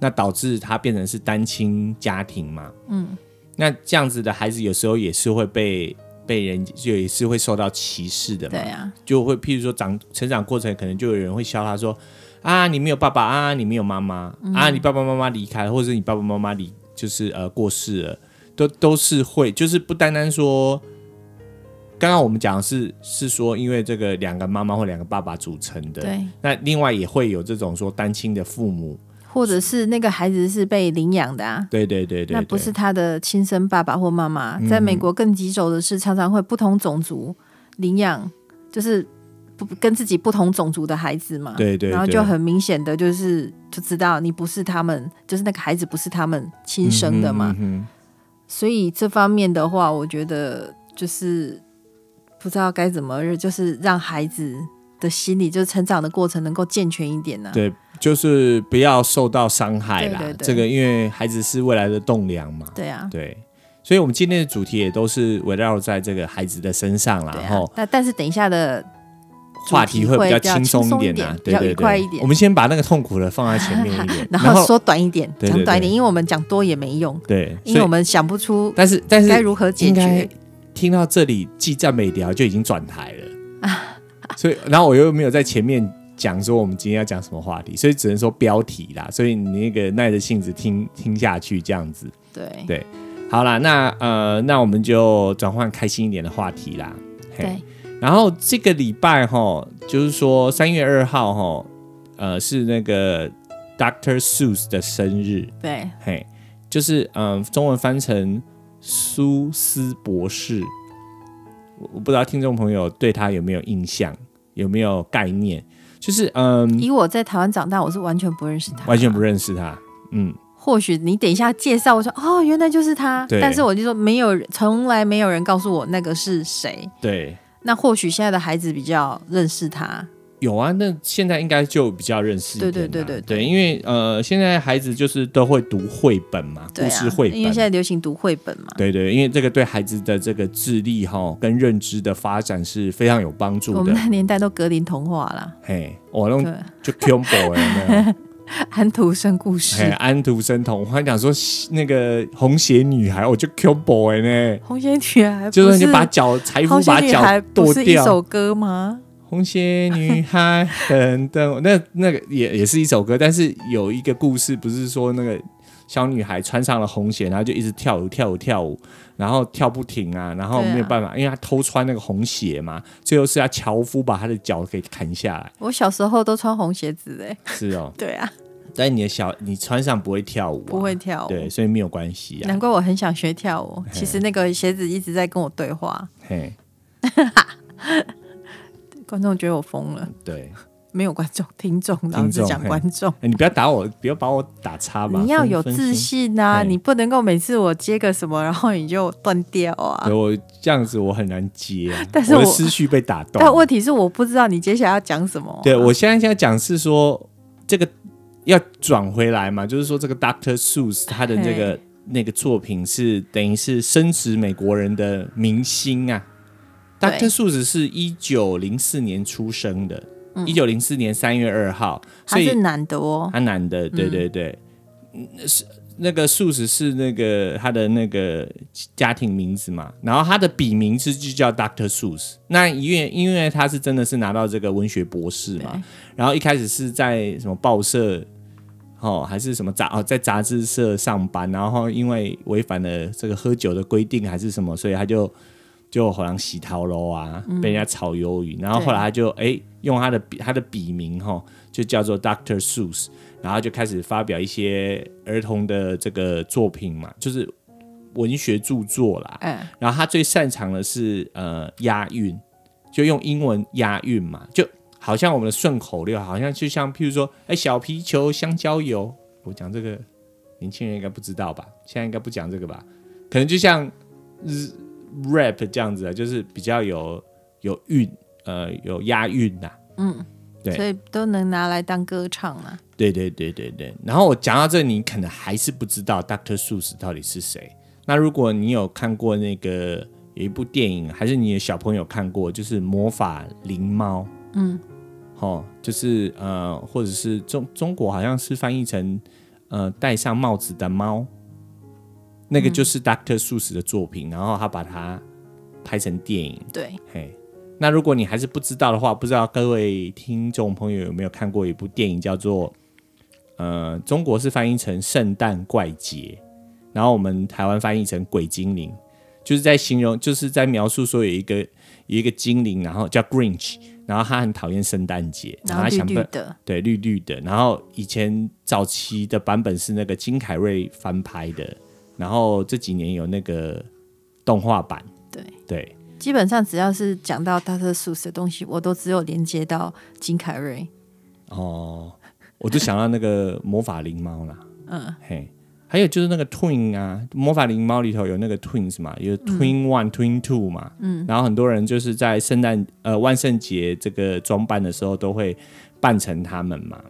Speaker 1: 那导致他变成是单亲家庭嘛。
Speaker 2: 嗯，
Speaker 1: 那这样子的孩子有时候也是会被被人就也是会受到歧视的嘛。
Speaker 2: 对啊，
Speaker 1: 就会譬如说长成长过程，可能就有人会笑他说啊，你没有爸爸啊，你没有妈妈、
Speaker 2: 嗯
Speaker 1: 啊，你爸爸妈妈离开了，或者是你爸爸妈妈离就是呃过世了，都都是会，就是不单单说。刚刚我们讲的是是说，因为这个两个妈妈或两个爸爸组成的，
Speaker 2: 对，
Speaker 1: 那另外也会有这种说单亲的父母，
Speaker 2: 或者是那个孩子是被领养的啊。
Speaker 1: 对对对对
Speaker 2: 那
Speaker 1: 对，
Speaker 2: 不是他的亲生爸爸或妈妈。在美国更棘手的是，常常会不同种族领养，就是不跟自己不同种族的孩子嘛。
Speaker 1: 对对
Speaker 2: 然后
Speaker 1: 对
Speaker 2: 就很明显的就是就知道你不是他们，就是那个孩子不是他们亲生的嘛。
Speaker 1: 嗯哼嗯哼
Speaker 2: 所以这方面的话，我觉得就是不知道该怎么，就是让孩子的心理就是成长的过程能够健全一点呢、
Speaker 1: 对，就是不要受到伤害啦。
Speaker 2: 对对对
Speaker 1: 这个因为孩子是未来的栋梁嘛，
Speaker 2: 对啊，
Speaker 1: 对，所以我们今天的主题也都是围绕在这个孩子的身上啦，
Speaker 2: 对
Speaker 1: 然
Speaker 2: 啊
Speaker 1: 后。
Speaker 2: 那但是等一下的
Speaker 1: 话题
Speaker 2: 主题
Speaker 1: 比较
Speaker 2: 会比较
Speaker 1: 轻松
Speaker 2: 轻松
Speaker 1: 一
Speaker 2: 一
Speaker 1: 点啊，
Speaker 2: 点
Speaker 1: 对对
Speaker 2: 比较愉快
Speaker 1: 对
Speaker 2: 一，点，
Speaker 1: 我们先把那个痛苦的放在前面一点
Speaker 2: 然后说短一点，
Speaker 1: 对对
Speaker 2: 讲短一
Speaker 1: 对
Speaker 2: 点，因为我们讲多也没用，
Speaker 1: 对，所
Speaker 2: 因为
Speaker 1: 以
Speaker 2: 我们想不出
Speaker 1: 但是但是
Speaker 2: 该如何解
Speaker 1: 应该
Speaker 2: 决。
Speaker 1: 听到这里，既赞美聊就已经转台 了，所以然后我又没有在前面讲说我们今天要讲什么话题，所以只能说标题啦，所以你那个耐着性子听听下去这样子。
Speaker 2: 对
Speaker 1: 对好啦，那呃，那我们就转换开心一点的话题啦。嘿
Speaker 2: 对，
Speaker 1: 然后这个礼拜哈，就是说三月二号哈，呃，是那个 Doctor Seuss 的生日，
Speaker 2: 对，
Speaker 1: 嘿，就是嗯、呃中文翻成苏斯博士。我我不知道听众朋友对他有没有印象，有没有概念？就是嗯、
Speaker 2: 以我在台湾长大，我是完全不认识他，
Speaker 1: 完全不。认识他，嗯，
Speaker 2: 或许你等一下介绍，我说哦，原来就是他，
Speaker 1: 对
Speaker 2: 但是我就说没有人，从来没有人告诉我那个是谁。
Speaker 1: 对，
Speaker 2: 那或许现在的孩子比较认识他，
Speaker 1: 有啊，那现在应该就比较认识一点啊、
Speaker 2: 对对对对对
Speaker 1: 对，因为呃，现在孩子就是都会读绘本嘛，
Speaker 2: 对
Speaker 1: 故
Speaker 2: 啊
Speaker 1: 事，绘
Speaker 2: 因为现在
Speaker 1: 本。
Speaker 2: 流行读绘本嘛。
Speaker 1: 对对，因为这个对孩子的这个智力哈、跟认知的发展是非常有帮
Speaker 2: 我
Speaker 1: 助
Speaker 2: 们
Speaker 1: 的。嗯
Speaker 2: 那年代都格林童话啦，
Speaker 1: 嘿，我弄
Speaker 2: 对，
Speaker 1: 就 combo 有没有？
Speaker 2: 安徒生故事
Speaker 1: 哎，，安徒生童话，我还想说那个红鞋女孩，我就 Q boy 呢，
Speaker 2: 红鞋女孩
Speaker 1: 就
Speaker 2: 不
Speaker 1: 是你把脚财富
Speaker 2: 红
Speaker 1: 把
Speaker 2: 鞋女孩
Speaker 1: 脚
Speaker 2: 不
Speaker 1: 剁
Speaker 2: 是一
Speaker 1: 掉。
Speaker 2: 首歌吗？
Speaker 1: 红鞋女孩等等，那那个也也是一首歌，但是有一个故事，不是说那个小女孩穿上了红鞋，然后就一直跳舞跳舞跳舞，然后跳不停啊，然后
Speaker 2: 对啊
Speaker 1: 没有办法，因为她偷穿那个红鞋嘛，最后是她樵夫把她的脚给砍下来，
Speaker 2: 我小时候都穿红鞋子哎，。
Speaker 1: 是哦
Speaker 2: 对啊，
Speaker 1: 但你的小你穿上不会跳舞、啊，
Speaker 2: 不会跳舞，
Speaker 1: 对，所以没有关系啊。
Speaker 2: 难怪我很想学跳舞。其实那个鞋子一直在跟我对话，
Speaker 1: 嘿，
Speaker 2: 观众觉得我疯了，
Speaker 1: 对，
Speaker 2: 没有观众，听众，然后
Speaker 1: 听
Speaker 2: 只
Speaker 1: 众
Speaker 2: 讲
Speaker 1: 嘿
Speaker 2: 观众。
Speaker 1: 哎你不要打我，不要把我打岔嘛。
Speaker 2: 你要
Speaker 1: 分
Speaker 2: 有
Speaker 1: 分
Speaker 2: 自
Speaker 1: 心
Speaker 2: 信啊！
Speaker 1: 嘿
Speaker 2: 你不能够每次我接个什么，然后你就断掉啊
Speaker 1: 对！我这样子我很难接啊、
Speaker 2: 但是
Speaker 1: 的
Speaker 2: 我
Speaker 1: 思绪被打动。
Speaker 2: 但问题是我不知道你接下来要讲什么啊、
Speaker 1: 对我现在现在讲是说这个要转回来嘛，就是说这个 Doctor Seuss 他的这个
Speaker 2: 嘿
Speaker 1: 那个作品是等于是深植美国人的明星啊。
Speaker 2: 对
Speaker 1: Doctor Seuss 是一九零四年出生的，一九零四年三月二号，
Speaker 2: 嗯他
Speaker 1: 所以
Speaker 2: 是男的哦。
Speaker 1: 他男的，对对对，是、那个素食是那个他的那个家庭名字嘛，然后他的笔名是就叫 Doctor Seuss。那因为因为他是真的是拿到这个文学博士嘛
Speaker 2: 对，
Speaker 1: 然后一开始是在什么报社。哦，还是什么杂哦，在杂志社上班，然后因为违反了这个喝酒的规定还是什么，所以他就就好像洗头喽啊，被人家炒鱿鱼，然后后来他就哎、用他的笔他的笔名哈、就叫做 Doctor Seuss，然后就开始发表一些儿童的这个作品嘛，就是文学著作啦。
Speaker 2: 嗯，
Speaker 1: 然后他最擅长的是呃押韵，就用英文押韵嘛，就好像我们的顺口溜，好像就像譬如说，哎，小皮球、香蕉油，我讲这个年轻人应该不知道吧？现在应该不讲这个吧？可能就像日 rap 这样子啊，就是比较有有韵，呃，有押韵呐、对
Speaker 2: 所以都能拿来当歌唱啊。
Speaker 1: 对对对对对。然后我讲到这，你可能还是不知道 Doctor Seuss 到底是谁。那如果你有看过那个有一部电影，还是你的小朋友看过，就是《魔法灵猫》。嗯，哦，就是呃，或者是中中国好像是翻译成呃戴上帽子的猫，那个就是 Doctor Seuss 的作品，然后他把它拍成电影。
Speaker 2: 对，
Speaker 1: 嘿，那如果你还是不知道的话，不知道各位听众朋友有没有看过一部电影叫做呃，中国是翻译成《圣诞怪杰》，然后我们台湾翻译成《鬼精灵》，就是在形容，就是在描述说有一个有一个精灵，然后叫 Grinch，然后他很讨厌圣诞节，
Speaker 2: 然
Speaker 1: 后他
Speaker 2: 后绿
Speaker 1: 想
Speaker 2: 绿
Speaker 1: 办
Speaker 2: 的，
Speaker 1: 对绿绿的，然后以前早期的版本是那个金凯瑞翻拍的，然后这几年有那个动画版，
Speaker 2: 对
Speaker 1: 对。
Speaker 2: 基本上只要是讲到 Dr. Seuss 的东西，我都只有连接到金凯瑞。
Speaker 1: 哦，我就想到那个魔法灵猫啦，嗯，嘿，还有就是那个 Twin 啊，魔法灵猫里头有那个 Twins 嘛，有 Twin One、Twin Two 嘛，嗯，然后很多人就是在圣诞呃万圣节这个装扮的时候都会扮成他们嘛，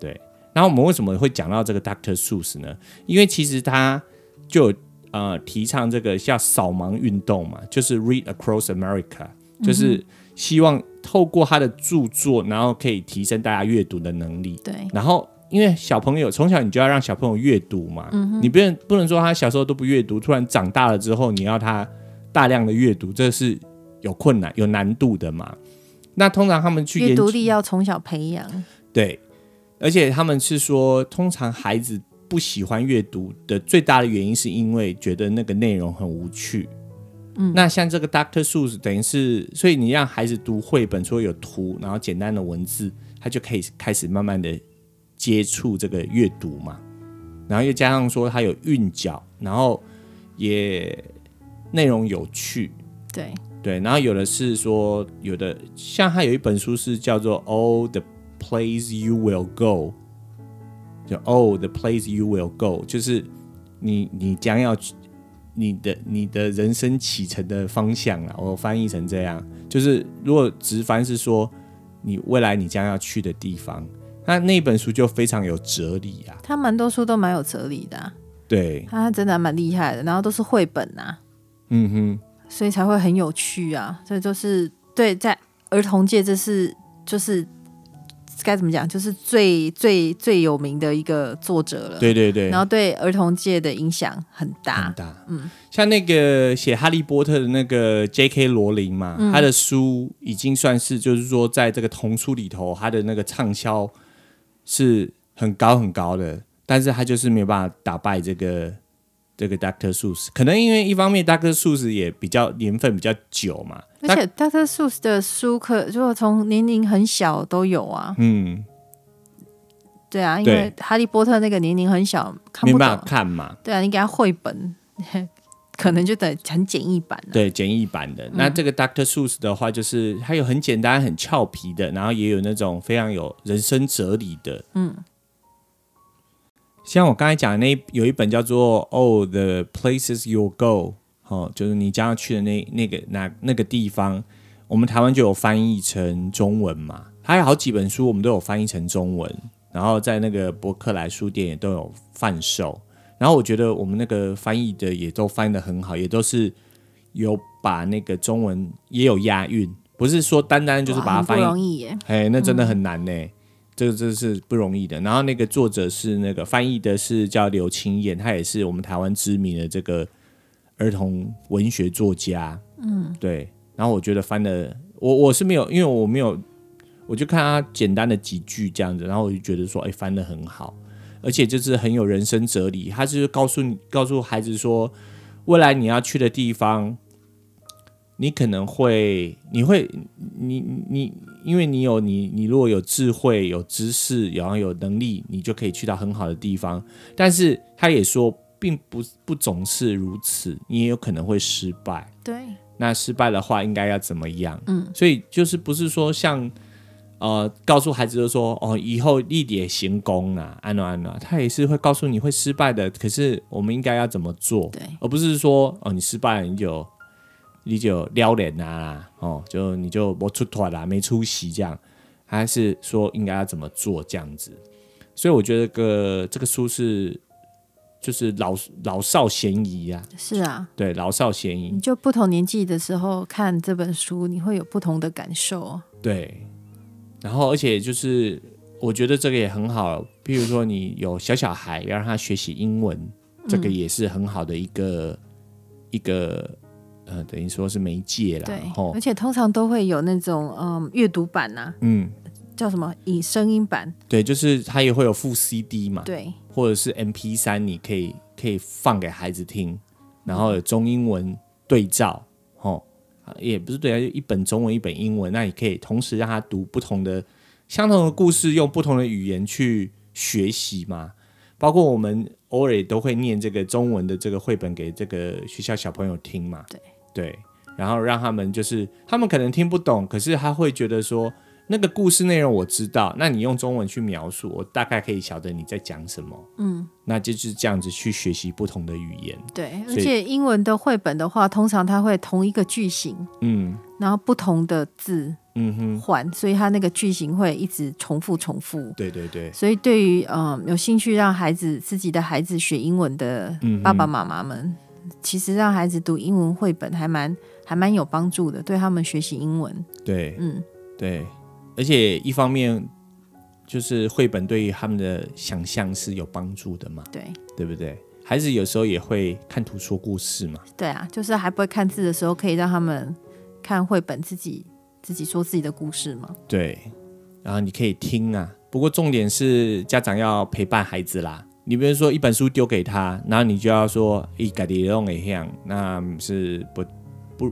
Speaker 1: 对。然后我们为什么会讲到这个 Doctor Seuss 呢？因为其实他就有呃提倡这个叫扫盲运动嘛，就是 Read Across America，就是希望透过他的著作，然后可以提升大家阅读的能力。
Speaker 2: 对，
Speaker 1: 然后，因为小朋友从小你就要让小朋友阅读嘛，
Speaker 2: 嗯
Speaker 1: 你不能不能说他小时候都不阅读，突然长大了之后你要他大量的阅读，这是有困难、有难度的嘛。那通常他们去
Speaker 2: 阅
Speaker 1: 研
Speaker 2: 读
Speaker 1: 究
Speaker 2: 力要从小培养。
Speaker 1: 对，而且他们是说，通常孩子不喜欢阅读的最大的原因，是因为觉得那个内容很无趣。嗯，那像这个 Doctor Seuss 等于是，所以你让孩子读绘本，除了有图，然后简单的文字，他就可以开始慢慢的接触这个阅读嘛。然后又加上说他有韵脚，然后也内容有趣，
Speaker 2: 对，
Speaker 1: 对，然后有的是说，有的像他有一本书是叫做《All the Place You Will Go》，就《All the Place You Will Go》，就是你你将要去你的你的人生启程的方向啊。我翻译成这样，就是如果直翻是说你未来你将要去的地方，那那本书就非常有哲理啊。
Speaker 2: 他蛮多书都蛮有哲理的啊、
Speaker 1: 对，
Speaker 2: 他真的还蛮厉害的，然后都是绘本啊，
Speaker 1: 嗯哼。
Speaker 2: 所以才会很有趣啊。所以就是对，在儿童界这是就是该怎么讲，就是最最最有名的一个作者了。
Speaker 1: 对对对，
Speaker 2: 然后对儿童界的影响很
Speaker 1: 很
Speaker 2: 大，
Speaker 1: 大，嗯，像那个写《哈利波特》的那个 J.K. 罗琳嘛，
Speaker 2: 嗯
Speaker 1: 他的书已经算是就是说，在这个童书里头，他的那个畅销是很高很高的，但是他就是没有办法打败这个这个 Doctor Seuss，可能因为一方面 Doctor Seuss 也比较年份比较久嘛，
Speaker 2: 而且 Dr. Seuss 的书可如果从年龄很小都有啊，
Speaker 1: 嗯，
Speaker 2: 对啊，因
Speaker 1: 对
Speaker 2: 为哈利波特那个年龄很小，看
Speaker 1: 没
Speaker 2: 不
Speaker 1: 办法
Speaker 2: 懂，
Speaker 1: 看嘛，
Speaker 2: 对啊，你给他绘本， 可能就得很简易版了、啊
Speaker 1: 对，简易版的。那这个 Doctor Seuss 的话，就是它有很简单、很俏皮的，然后也有那种非常有人生哲理的。嗯，像我刚才讲的那一有一本叫做《Oh the Places You Go》，哦，就是你将要去的那那个哪那个地方，我们台湾就有翻译成中文嘛。它有好几本书，我们都有翻译成中文，然后在那个博客来书店也都有贩售。然后我觉得我们那个翻译的也都翻得很好，也都是有把那个中文也有押韵，不是说单单就是
Speaker 2: 哇
Speaker 1: 把它
Speaker 2: 很不
Speaker 1: 翻
Speaker 2: 容
Speaker 1: 译，
Speaker 2: 易耶。
Speaker 1: 哎，那真的很难呢、这个这是不容易的。然后那个作者是那个翻译的是叫刘清燕，她也是我们台湾知名的这个儿童文学作家。嗯，对。然后我觉得翻的我我是没有，因为我没有，我就看他简单的几句这样子，然后我就觉得说，哎，翻的很好，而且就是很有人生哲理。他就是告诉你，告诉孩子说，未来你要去的地方，你可能会，你会，你你，因为你有你，你如果有智慧、有知识，然后有能力，你就可以去到很好的地方。但是他也说，并不不总是如此，你也有可能会失败。
Speaker 2: 对，
Speaker 1: 那失败的话应该要怎么样？
Speaker 2: 嗯，
Speaker 1: 所以就是不是说像呃告诉孩子就说哦以后立点行功啊啦，安暖安暖，他也是会告诉你会失败的，可是我们应该要怎么做？
Speaker 2: 对
Speaker 1: 而不是说哦你失败了你就你就撩脸啊，哦就你就没出团啦，没出息这样，还是说应该要怎么做这样子？所以我觉得个这个书是就是老老少咸宜啊，
Speaker 2: 是啊，
Speaker 1: 对老少咸宜
Speaker 2: 你，就不同年纪的时候看这本书，你会有不同的感受哦。
Speaker 1: 对，然后而且就是我觉得这个也很好，比如说你有小小孩要让他学习英文，这个也是很好的一个、一个呃，等于说是媒介啦。
Speaker 2: 对
Speaker 1: 然，后
Speaker 2: 而且通常都会有那种嗯阅读版呐、
Speaker 1: 嗯，
Speaker 2: 叫什么以声音版，
Speaker 1: 对，就是它也会有附 CD 嘛，
Speaker 2: 对，
Speaker 1: 或者是 MP 三，你可以可以放给孩子听，然后有中英文对照，哦，啊也不是对照，就一本中文一本英文，那也可以同时让他读不同的相同的故事，用不同的语言去学习嘛。包括我们偶尔也都会念这个中文的这个绘本给这个学校小朋友听嘛，
Speaker 2: 对
Speaker 1: 对，然后让他们就是他们可能听不懂，可是他会觉得说。那个故事内容我知道，那你用中文去描述，我大概可以晓得你在讲什么。
Speaker 2: 嗯，
Speaker 1: 那就是这样子去学习不同的语言。
Speaker 2: 对，而
Speaker 1: 所以
Speaker 2: 且英文的绘本的话，通常它会同一个句型，
Speaker 1: 嗯
Speaker 2: 然后不同的字
Speaker 1: 嗯哼，
Speaker 2: 换，所以它那个句型会一直重复重复。
Speaker 1: 对对对，
Speaker 2: 所以对于嗯有兴趣让孩子自己的孩子学英文的
Speaker 1: 嗯哼
Speaker 2: 爸爸妈妈们，其实让孩子读英文绘本还蛮还蛮有帮助的，对他们学习英文，
Speaker 1: 对
Speaker 2: 嗯，
Speaker 1: 对，而且一方面就是绘本对于他们的想象是有帮助的嘛，
Speaker 2: 对。
Speaker 1: 对不对？孩子有时候也会看图说故事嘛，
Speaker 2: 对啊，就是还不会看字的时候，可以让他们看绘本，自己自己说自己的故事嘛。
Speaker 1: 对，然后你可以听啊。不过重点是家长要陪伴孩子啦。你比如说一本书丢给他，然后你就要说一改的弄一样，那是不不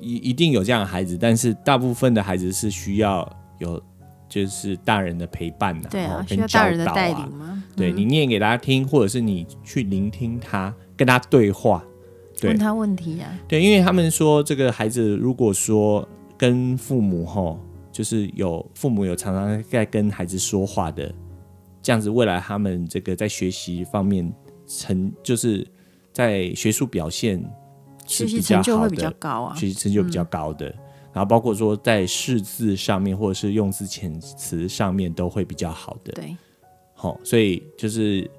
Speaker 1: 一一定有这样的孩子，但是大部分的孩子是需要有就是大人的陪伴的、
Speaker 2: 对
Speaker 1: 然后
Speaker 2: 啊，
Speaker 1: 跟
Speaker 2: 需要大人
Speaker 1: 哦教
Speaker 2: 的
Speaker 1: 导
Speaker 2: 带
Speaker 1: 啊
Speaker 2: 领嗯吗？
Speaker 1: 对你念给他听，或者是你去聆听他，跟他对话。对
Speaker 2: 问他问题啊呀、
Speaker 1: 对，因为他们说这个孩子如果说跟父母吼，就是有父母有常常在跟孩子说话的，这样子未来他们这个在学习方面成就是在学术表现是
Speaker 2: 学习
Speaker 1: 比较
Speaker 2: 成就
Speaker 1: 好
Speaker 2: 会比较
Speaker 1: 的，
Speaker 2: 高啊。
Speaker 1: 学习成就比较高的。然后包括说在识字上面，或者是用字遣词上面都会比较好的。
Speaker 2: 对，
Speaker 1: 好、所以就是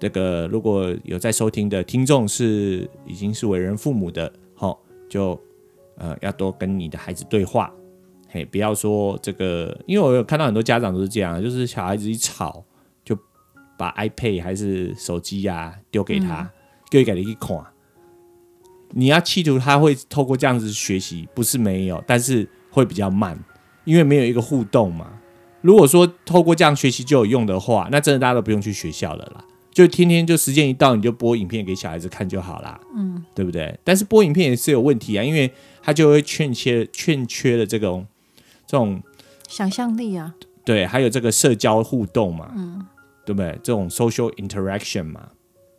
Speaker 1: 这个如果有在收听的听众是已经是为人父母的，好、就呃要多跟你的孩子对话，嘿嘿，不要说这个，因为我有看到很多家长都是这样，就是小孩子一吵就把 iPad 还是手机呀、丢给他，丢给你一看。你要企图他会透过这样子学习，不是没有，但是会比较慢，因为没有一个互动嘛。如果说透过这样学习就有用的话，那真的大家都不用去学校了啦，就天天就时间一到你就播影片给小孩子看就好啦，嗯，对不对？但是播影片也是有问题啊，因为他就会欠缺欠缺了这种这种
Speaker 2: 想象力啊，
Speaker 1: 对，还有这个社交互动嘛，嗯，对不对？这种 social interaction 嘛，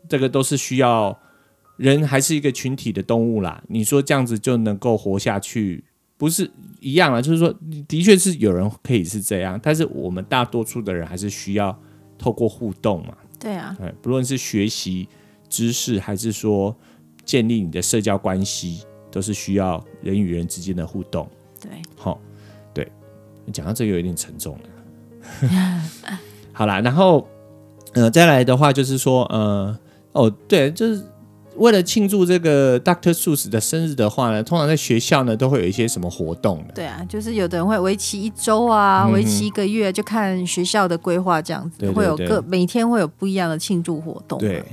Speaker 1: 这个都是需要人还是一个群体的动物啦。你说这样子就能够活下去，不是一样啊？就是说，的确是有人可以是这样，但是我们大多数的人还是需要透过互动嘛，
Speaker 2: 对啊，
Speaker 1: 哎，不论是学习知识，还是说建立你的社交关系，都是需要人与人之间的互动。
Speaker 2: 对，
Speaker 1: 好、对，讲到这个有点沉重了。 好啦，然后呃，再来的话就是说，呃，哦，对，就是为了庆祝这个 Doctor Seuss 的生日的话呢，通常在学校呢都会有一些什么活动的。
Speaker 2: 对啊，就是有的人会为期一周啊，为
Speaker 1: 嗯
Speaker 2: 期
Speaker 1: 哼
Speaker 2: 一个月，就看学校的规划这样子，
Speaker 1: 对对
Speaker 2: 会有
Speaker 1: 对
Speaker 2: 各每天会有不一样的庆祝活动、啊。
Speaker 1: 对，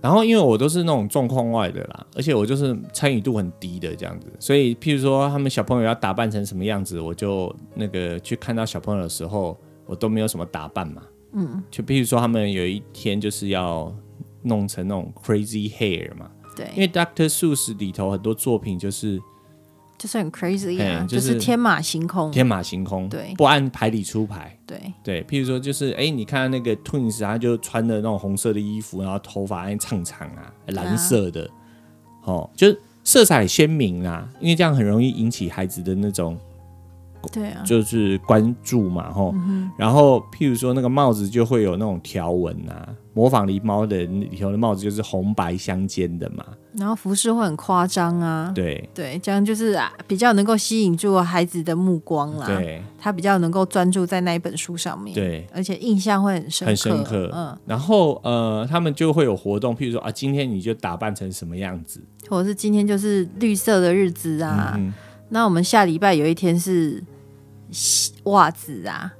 Speaker 1: 然后因为我都是那种状况外的啦，而且我就是参与度很低的这样子，所以譬如说他们小朋友要打扮成什么样子，我就那个去看到小朋友的时候，我都没有什么打扮嘛。嗯，就譬如说他们有一天就是要弄成那种 crazy hair 嘛，因
Speaker 2: 对，
Speaker 1: 为 Doctor Seuss 里头很多作品就是
Speaker 2: 就是很 crazy 啊
Speaker 1: 嘿，就
Speaker 2: 就是是天马行空。
Speaker 1: 天马行空，
Speaker 2: 对
Speaker 1: 不按牌理出牌。
Speaker 2: 对
Speaker 1: 对，譬如说就是，哎、你看那个 Twins，他就穿的那种红色的衣服，然后头发还长长啊，蓝色的，哦，就是色彩鲜明啊，因为这样很容易引起孩子的那种
Speaker 2: 对啊，
Speaker 1: 就是关注嘛，吼、然后譬如说那个帽子就会有那种条纹啊，模仿狸猫的里头的帽子就是红白相间的嘛，
Speaker 2: 然后服饰会很夸张啊。
Speaker 1: 对
Speaker 2: 对，这样就是啊，比较能够吸引住孩子的目光啦。
Speaker 1: 对
Speaker 2: 他比较能够专注在那一本书上面，，
Speaker 1: 对，
Speaker 2: 而且印象会很深刻，
Speaker 1: 很深刻。
Speaker 2: 嗯，
Speaker 1: 然后呃，他们就会有活动，譬如说啊，今天你就打扮成什么样子，
Speaker 2: 或者是今天就是绿色的日子啊，
Speaker 1: 嗯
Speaker 2: 那我们下礼拜有一天是西袜子啊，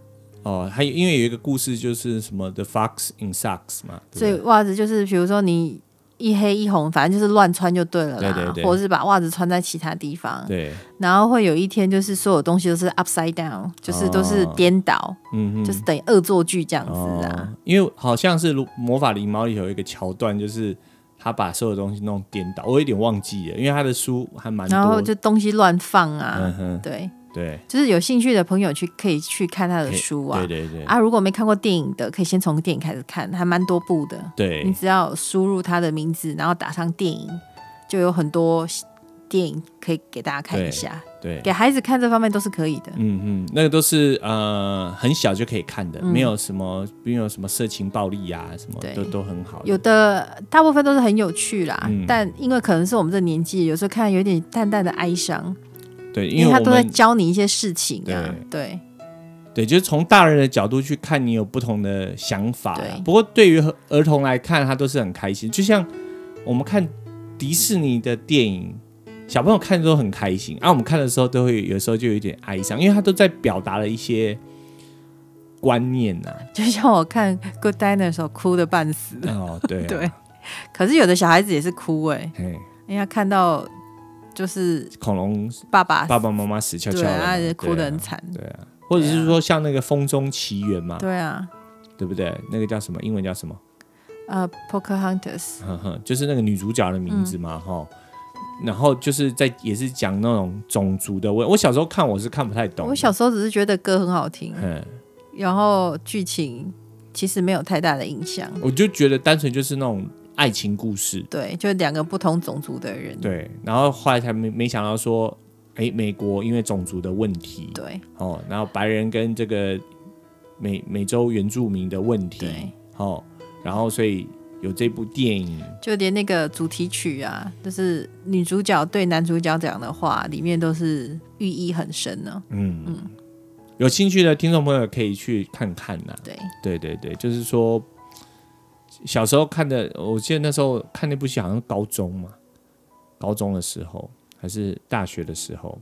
Speaker 1: 哦，还有因为有一个故事就是什么 The Fox in Socks 嘛，
Speaker 2: 所以
Speaker 1: 对不
Speaker 2: 袜子就是比如说你一黑一红，反正就是乱穿就对了啦，
Speaker 1: 对对对
Speaker 2: 或者是把袜子穿在其他地方，
Speaker 1: 对对，
Speaker 2: 然后会有一天就是所有东西都是 upside down，就是都是颠倒，
Speaker 1: 哦嗯
Speaker 2: 就是等于恶作剧这样
Speaker 1: 哼，
Speaker 2: 子啊，
Speaker 1: 哦，因为好像是如魔法狸猫里有一个桥段，就是他把所有东西弄颠倒，我有点忘记了，因为他的书还蛮
Speaker 2: 然后
Speaker 1: 多，
Speaker 2: 就东西乱放啊，
Speaker 1: 嗯哼，
Speaker 2: 对。
Speaker 1: 对，
Speaker 2: 就是有兴趣的朋友去可以去看他的书啊
Speaker 1: 对对对
Speaker 2: 啊！如果没看过电影的，可以先从电影开始看，还蛮多部的。你
Speaker 1: 对，
Speaker 2: 只要输入他的名字，然后打上电影，就有很多电影可以给大家看一下。
Speaker 1: 对，
Speaker 2: 给孩子看这方面都是可以的。
Speaker 1: 嗯嗯，那个都是呃很小就可以看的，
Speaker 2: 嗯
Speaker 1: 没有什么没有什么色情暴力呀、什么
Speaker 2: 对
Speaker 1: 都都很好的，
Speaker 2: 有的大部分都是很有趣啦，
Speaker 1: 嗯
Speaker 2: 但因为可能是我们这年纪，有时候看有点淡淡的哀伤，
Speaker 1: 对，因
Speaker 2: 因为
Speaker 1: 为
Speaker 2: 他
Speaker 1: 我
Speaker 2: 都在
Speaker 1: 们
Speaker 2: 教你一些事情啊。对
Speaker 1: 对，就是从大人的角度去看，你有不同的想法啦。
Speaker 2: 对
Speaker 1: 不过对于儿儿童来看，他都是很开心。就像我们看迪士尼的电影，小朋友看的都很开心，啊，我们看的时候都会有时候就有一点哀伤，因为他都在表达了一些观念啊呐、
Speaker 2: 就像我看《Good Diner》的时候哭的半死，
Speaker 1: 哦，对、啊、
Speaker 2: 对，可是有的小孩子也是哭哎、
Speaker 1: 嘿，
Speaker 2: 因为他看到就是
Speaker 1: 恐龙
Speaker 2: 爸爸，
Speaker 1: 爸爸妈妈死翘翘
Speaker 2: 对
Speaker 1: 的
Speaker 2: 啊，
Speaker 1: 嘛，
Speaker 2: 他也哭得
Speaker 1: 对啊
Speaker 2: 很惨，
Speaker 1: 对啊，或者是说像那个《风中奇缘》嘛，
Speaker 2: 对啊，
Speaker 1: 对不对？那个叫什么？英文叫什么？
Speaker 2: 呃，Pocahontas，
Speaker 1: 呵呵， 就是那个女主角的名字嘛，
Speaker 2: 嗯
Speaker 1: 哈、然后就是在也是讲那种种族的问。我小时候看我是看不太懂的，
Speaker 2: 我小时候只是觉得歌很好听，
Speaker 1: 嗯，
Speaker 2: 然后剧情其实没有太大的印象，
Speaker 1: 我就觉得单纯就是那种爱情故事，
Speaker 2: 对，就两个不同种族的人，
Speaker 1: 对。然后后来才没没想到说，哎，美国因为种族的问题，
Speaker 2: 对
Speaker 1: 哦，然后白人跟这个美美洲原住民的问题
Speaker 2: 对，
Speaker 1: 哦，然后所以有这部电影，
Speaker 2: 就连那个主题曲啊，就是女主角对男主角讲的话，里面都是寓意很深呢、
Speaker 1: 嗯。有兴趣的听众朋友可以去看看呐、
Speaker 2: 对，
Speaker 1: 对对对，就是说小时候看的，我记得那时候看那部戏好像高中嘛，高中的时候还是大学的时候，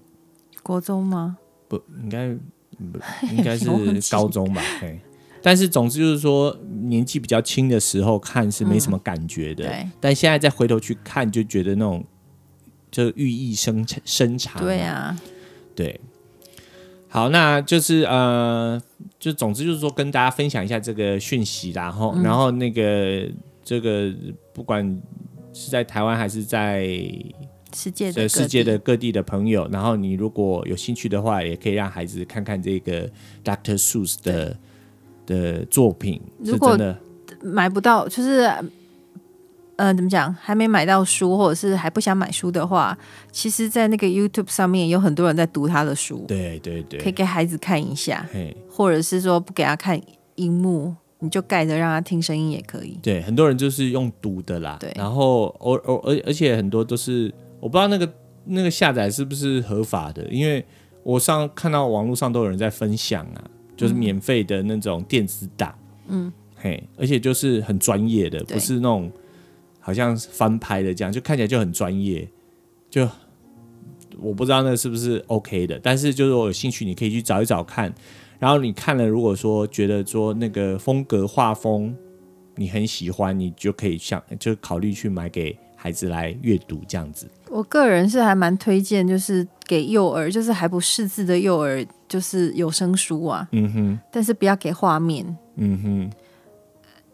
Speaker 2: 国中吗？
Speaker 1: 不应 该不应该是高中吧？对。但是总之就是说，年纪比较轻的时候看是没什么感觉的，
Speaker 2: 嗯对
Speaker 1: 但现在再回头去看，就觉得那种就寓意深长深长。
Speaker 2: 对啊，
Speaker 1: 对，好，那就是呃，就总之就是说跟大家分享一下这个讯息啦，然后、
Speaker 2: 嗯
Speaker 1: 然后那个这个不管是在台湾还是在
Speaker 2: 世界的
Speaker 1: 呃世界
Speaker 2: 各地
Speaker 1: 的各地的朋友，然后你如果有兴趣的话，也可以让孩子看看这个 Dr. Seuss 的的作品，是
Speaker 2: 如果
Speaker 1: 真的
Speaker 2: 买不到，就是呃，怎么讲，还没买到书，或者是还不想买书的话，其实，在那个 YouTube 上面有很多人在读他的书，
Speaker 1: 对对
Speaker 2: 可以
Speaker 1: 对，
Speaker 2: 给孩子看一下，
Speaker 1: 嘿，
Speaker 2: 或者是说不给他看荧幕，你就盖着让他听声音也可以。
Speaker 1: 对，很多人就是用读的啦，
Speaker 2: 对
Speaker 1: 然后偶偶而而且很多都是我不知道那个那个下载是不是合法的，因为我上看到网络上都有人在分享啊，就是免费的那种电子档，
Speaker 2: 嗯，
Speaker 1: 嘿，而且就是很专业的，
Speaker 2: 对
Speaker 1: 不是那种好像是翻拍的这样，就看起来就很专业，就。我不知道那是不是 OK 的，但是就是我有兴趣，你可以去找一找看。然后你看了，如果说觉得说那个风格画风你很喜欢，你就可以想就考虑去买给孩子来阅读这样子。
Speaker 2: 我个人是还蛮推荐，就是给幼儿，就是还不识字的幼儿，就是有声书啊，
Speaker 1: 嗯哼，
Speaker 2: 但是不要给画面，
Speaker 1: 嗯哼，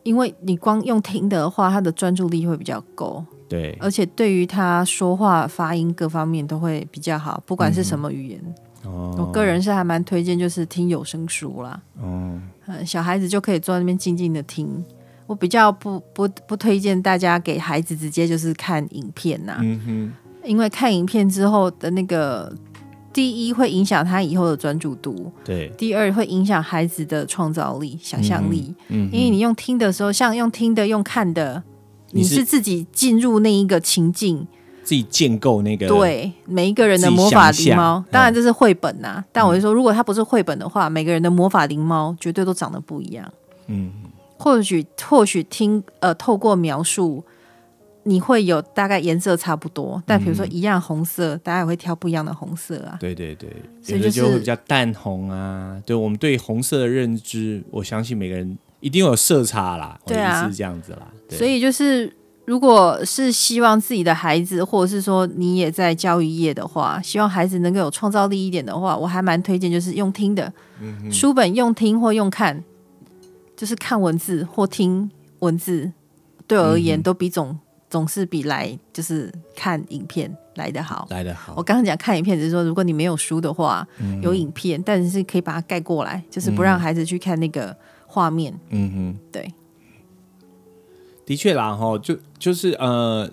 Speaker 2: 因为你光用听的话，他的专注力会比较够。
Speaker 1: 对，
Speaker 2: 而且对于他说话发音各方面都会比较好，不管是什么语言，
Speaker 1: 嗯哦，
Speaker 2: 我个人是还蛮推荐就是听有声书啦。
Speaker 1: 哦，
Speaker 2: 嗯，小孩子就可以坐在那边静静的听。我比较不不不推荐大家给孩子直接就是看影片呐、
Speaker 1: 嗯哼，
Speaker 2: 因为看影片之后的那个，第一会影响他以后的专注度，
Speaker 1: 对，
Speaker 2: 第二会影响孩子的创造力、想象力。
Speaker 1: 嗯哼，
Speaker 2: 因为你用听的时候，像用听的、用看的，
Speaker 1: 你
Speaker 2: 你
Speaker 1: 是
Speaker 2: 是自己进入那一个情境，
Speaker 1: 自己建构那个，
Speaker 2: 对每一个人
Speaker 1: 自
Speaker 2: 的
Speaker 1: 己
Speaker 2: 魔法
Speaker 1: 想
Speaker 2: 狸猫
Speaker 1: 象，嗯
Speaker 2: 当然这是绘本呐、但我就说，如果它不是绘本的话，每个人的魔法狸猫绝对都长得不一样。
Speaker 1: 嗯，
Speaker 2: 或许或许听呃，透过描述，你会有大概颜色差不多，但比如说
Speaker 1: 嗯
Speaker 2: 一样红色，大家也会挑不一样的红色啊。
Speaker 1: 对对对，
Speaker 2: 所
Speaker 1: 有
Speaker 2: 以
Speaker 1: 的
Speaker 2: 就是
Speaker 1: 就会比较淡红啊。对我们对红色的认知，我相信每个人一定有色差啦，
Speaker 2: 对啊
Speaker 1: 我的意思是这样子啦。对
Speaker 2: 所以就是，如果是希望自己的孩子，或者是说你也在教育业的话，希望孩子能够有创造力一点的话，我还蛮推荐就是用听的，书本用听或用看，就是看文字或听文字，对我而言、都比总总是比来就是看影片来得好。
Speaker 1: 来的
Speaker 2: 我
Speaker 1: 好，
Speaker 2: 刚刚讲看影片，只是说如果你没有书的话，有影片，但是可以把它盖过来，就是不让孩子去看那个画面。
Speaker 1: 嗯哼。
Speaker 2: 对，
Speaker 1: 的确啦，哈，就就是呃，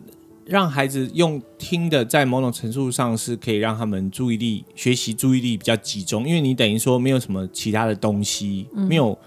Speaker 1: 让孩子用听的，在某种程度上是可以让他们注意力、学习注意力比较集中，因为你等于说没有什么其他的东西，
Speaker 2: 嗯
Speaker 1: 没有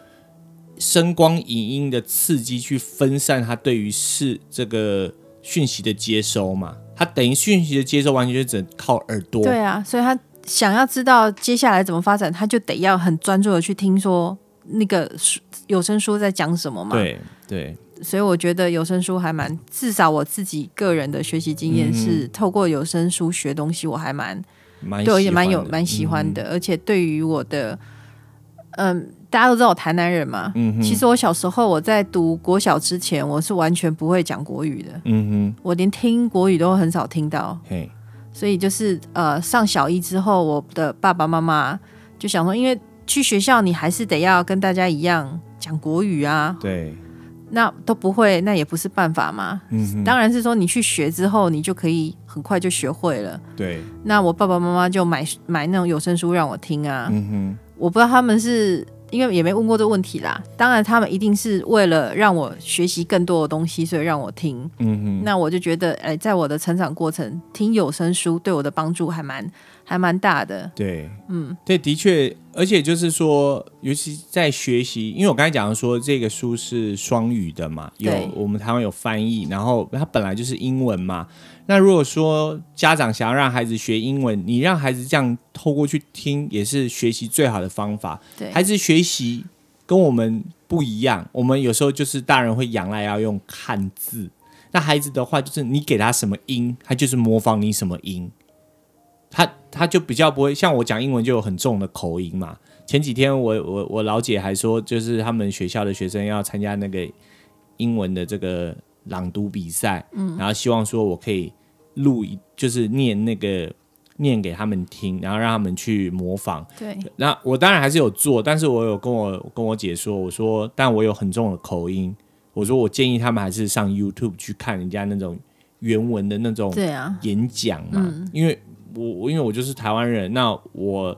Speaker 1: 声光影音的刺激去分散他对于是这个讯息的接收嘛。他等于讯息的接收完全就只能靠耳朵，
Speaker 2: 对啊，所以他想要知道接下来怎么发展，他就得要很专注的去听说那个书有声书在讲什么嘛。，
Speaker 1: 对对
Speaker 2: 所以我觉得有声书还蛮，至少我自己个人的学习经验是、透过有声书学东西，我还蛮
Speaker 1: 嗯蛮
Speaker 2: 对我也
Speaker 1: 喜
Speaker 2: 蛮
Speaker 1: 欢
Speaker 2: 有
Speaker 1: 的嗯
Speaker 2: 蛮喜欢的，而且对于我的，嗯，大家都知道我台南人嘛，嗯、其实我小时候我在读国小之前，我是完全不会讲国语的，
Speaker 1: 嗯
Speaker 2: 我连听国语都很少听到，
Speaker 1: 哼，嘿，
Speaker 2: 所以就是呃，上小一之后，我的爸爸妈妈就想说，因为去学校你还是得要跟大家一样讲国语啊，
Speaker 1: 对，
Speaker 2: 那都不会，那也不是办法嘛。
Speaker 1: 嗯哼，
Speaker 2: 当然是说你去学之后，你就可以很快就学会了。
Speaker 1: 对，
Speaker 2: 那我爸爸妈妈就买买那种有声书让我听啊，
Speaker 1: 嗯哼，
Speaker 2: 我不知道他们是因为也没问过这个问题啦。当然，他们一定是为了让我学习更多的东西，所以让我听。
Speaker 1: 嗯哼，
Speaker 2: 那我就觉得，哎、在我的成长过程，听有声书对我的帮助还蛮还蛮大的。
Speaker 1: 对，嗯，对，的确，而且就是说，尤其在学习，因为我刚才讲说这个书是双语的嘛，有
Speaker 2: 对
Speaker 1: 我们台湾有翻译，然后它本来就是英文嘛。那如果说家长想要让孩子学英文，你让孩子这样透过去听，也是学习最好的方法。
Speaker 2: 对，
Speaker 1: 孩子学习跟我们不一样，我们有时候就是大人会仰赖要用汉字，那孩子的话就是你给他什么音，他就是模仿你什么音。他他就比较不会像我讲英文就有很重的口音嘛。前几天我我我老姐还说，就是他们学校的学生要参加那个英文的这个朗读比赛，嗯，然后希望说我可以录一，就是念那个念给他们听，然后让他们去模仿。
Speaker 2: 对，
Speaker 1: 那我当然还是有做，但是我有跟我跟我姐说，我说，但我有很重的口音，我说我建议他们还是上 YouTube 去看人家那种原文的那种
Speaker 2: 对嗯啊，
Speaker 1: 演讲嘛，因为我我因为我就是台湾人，那我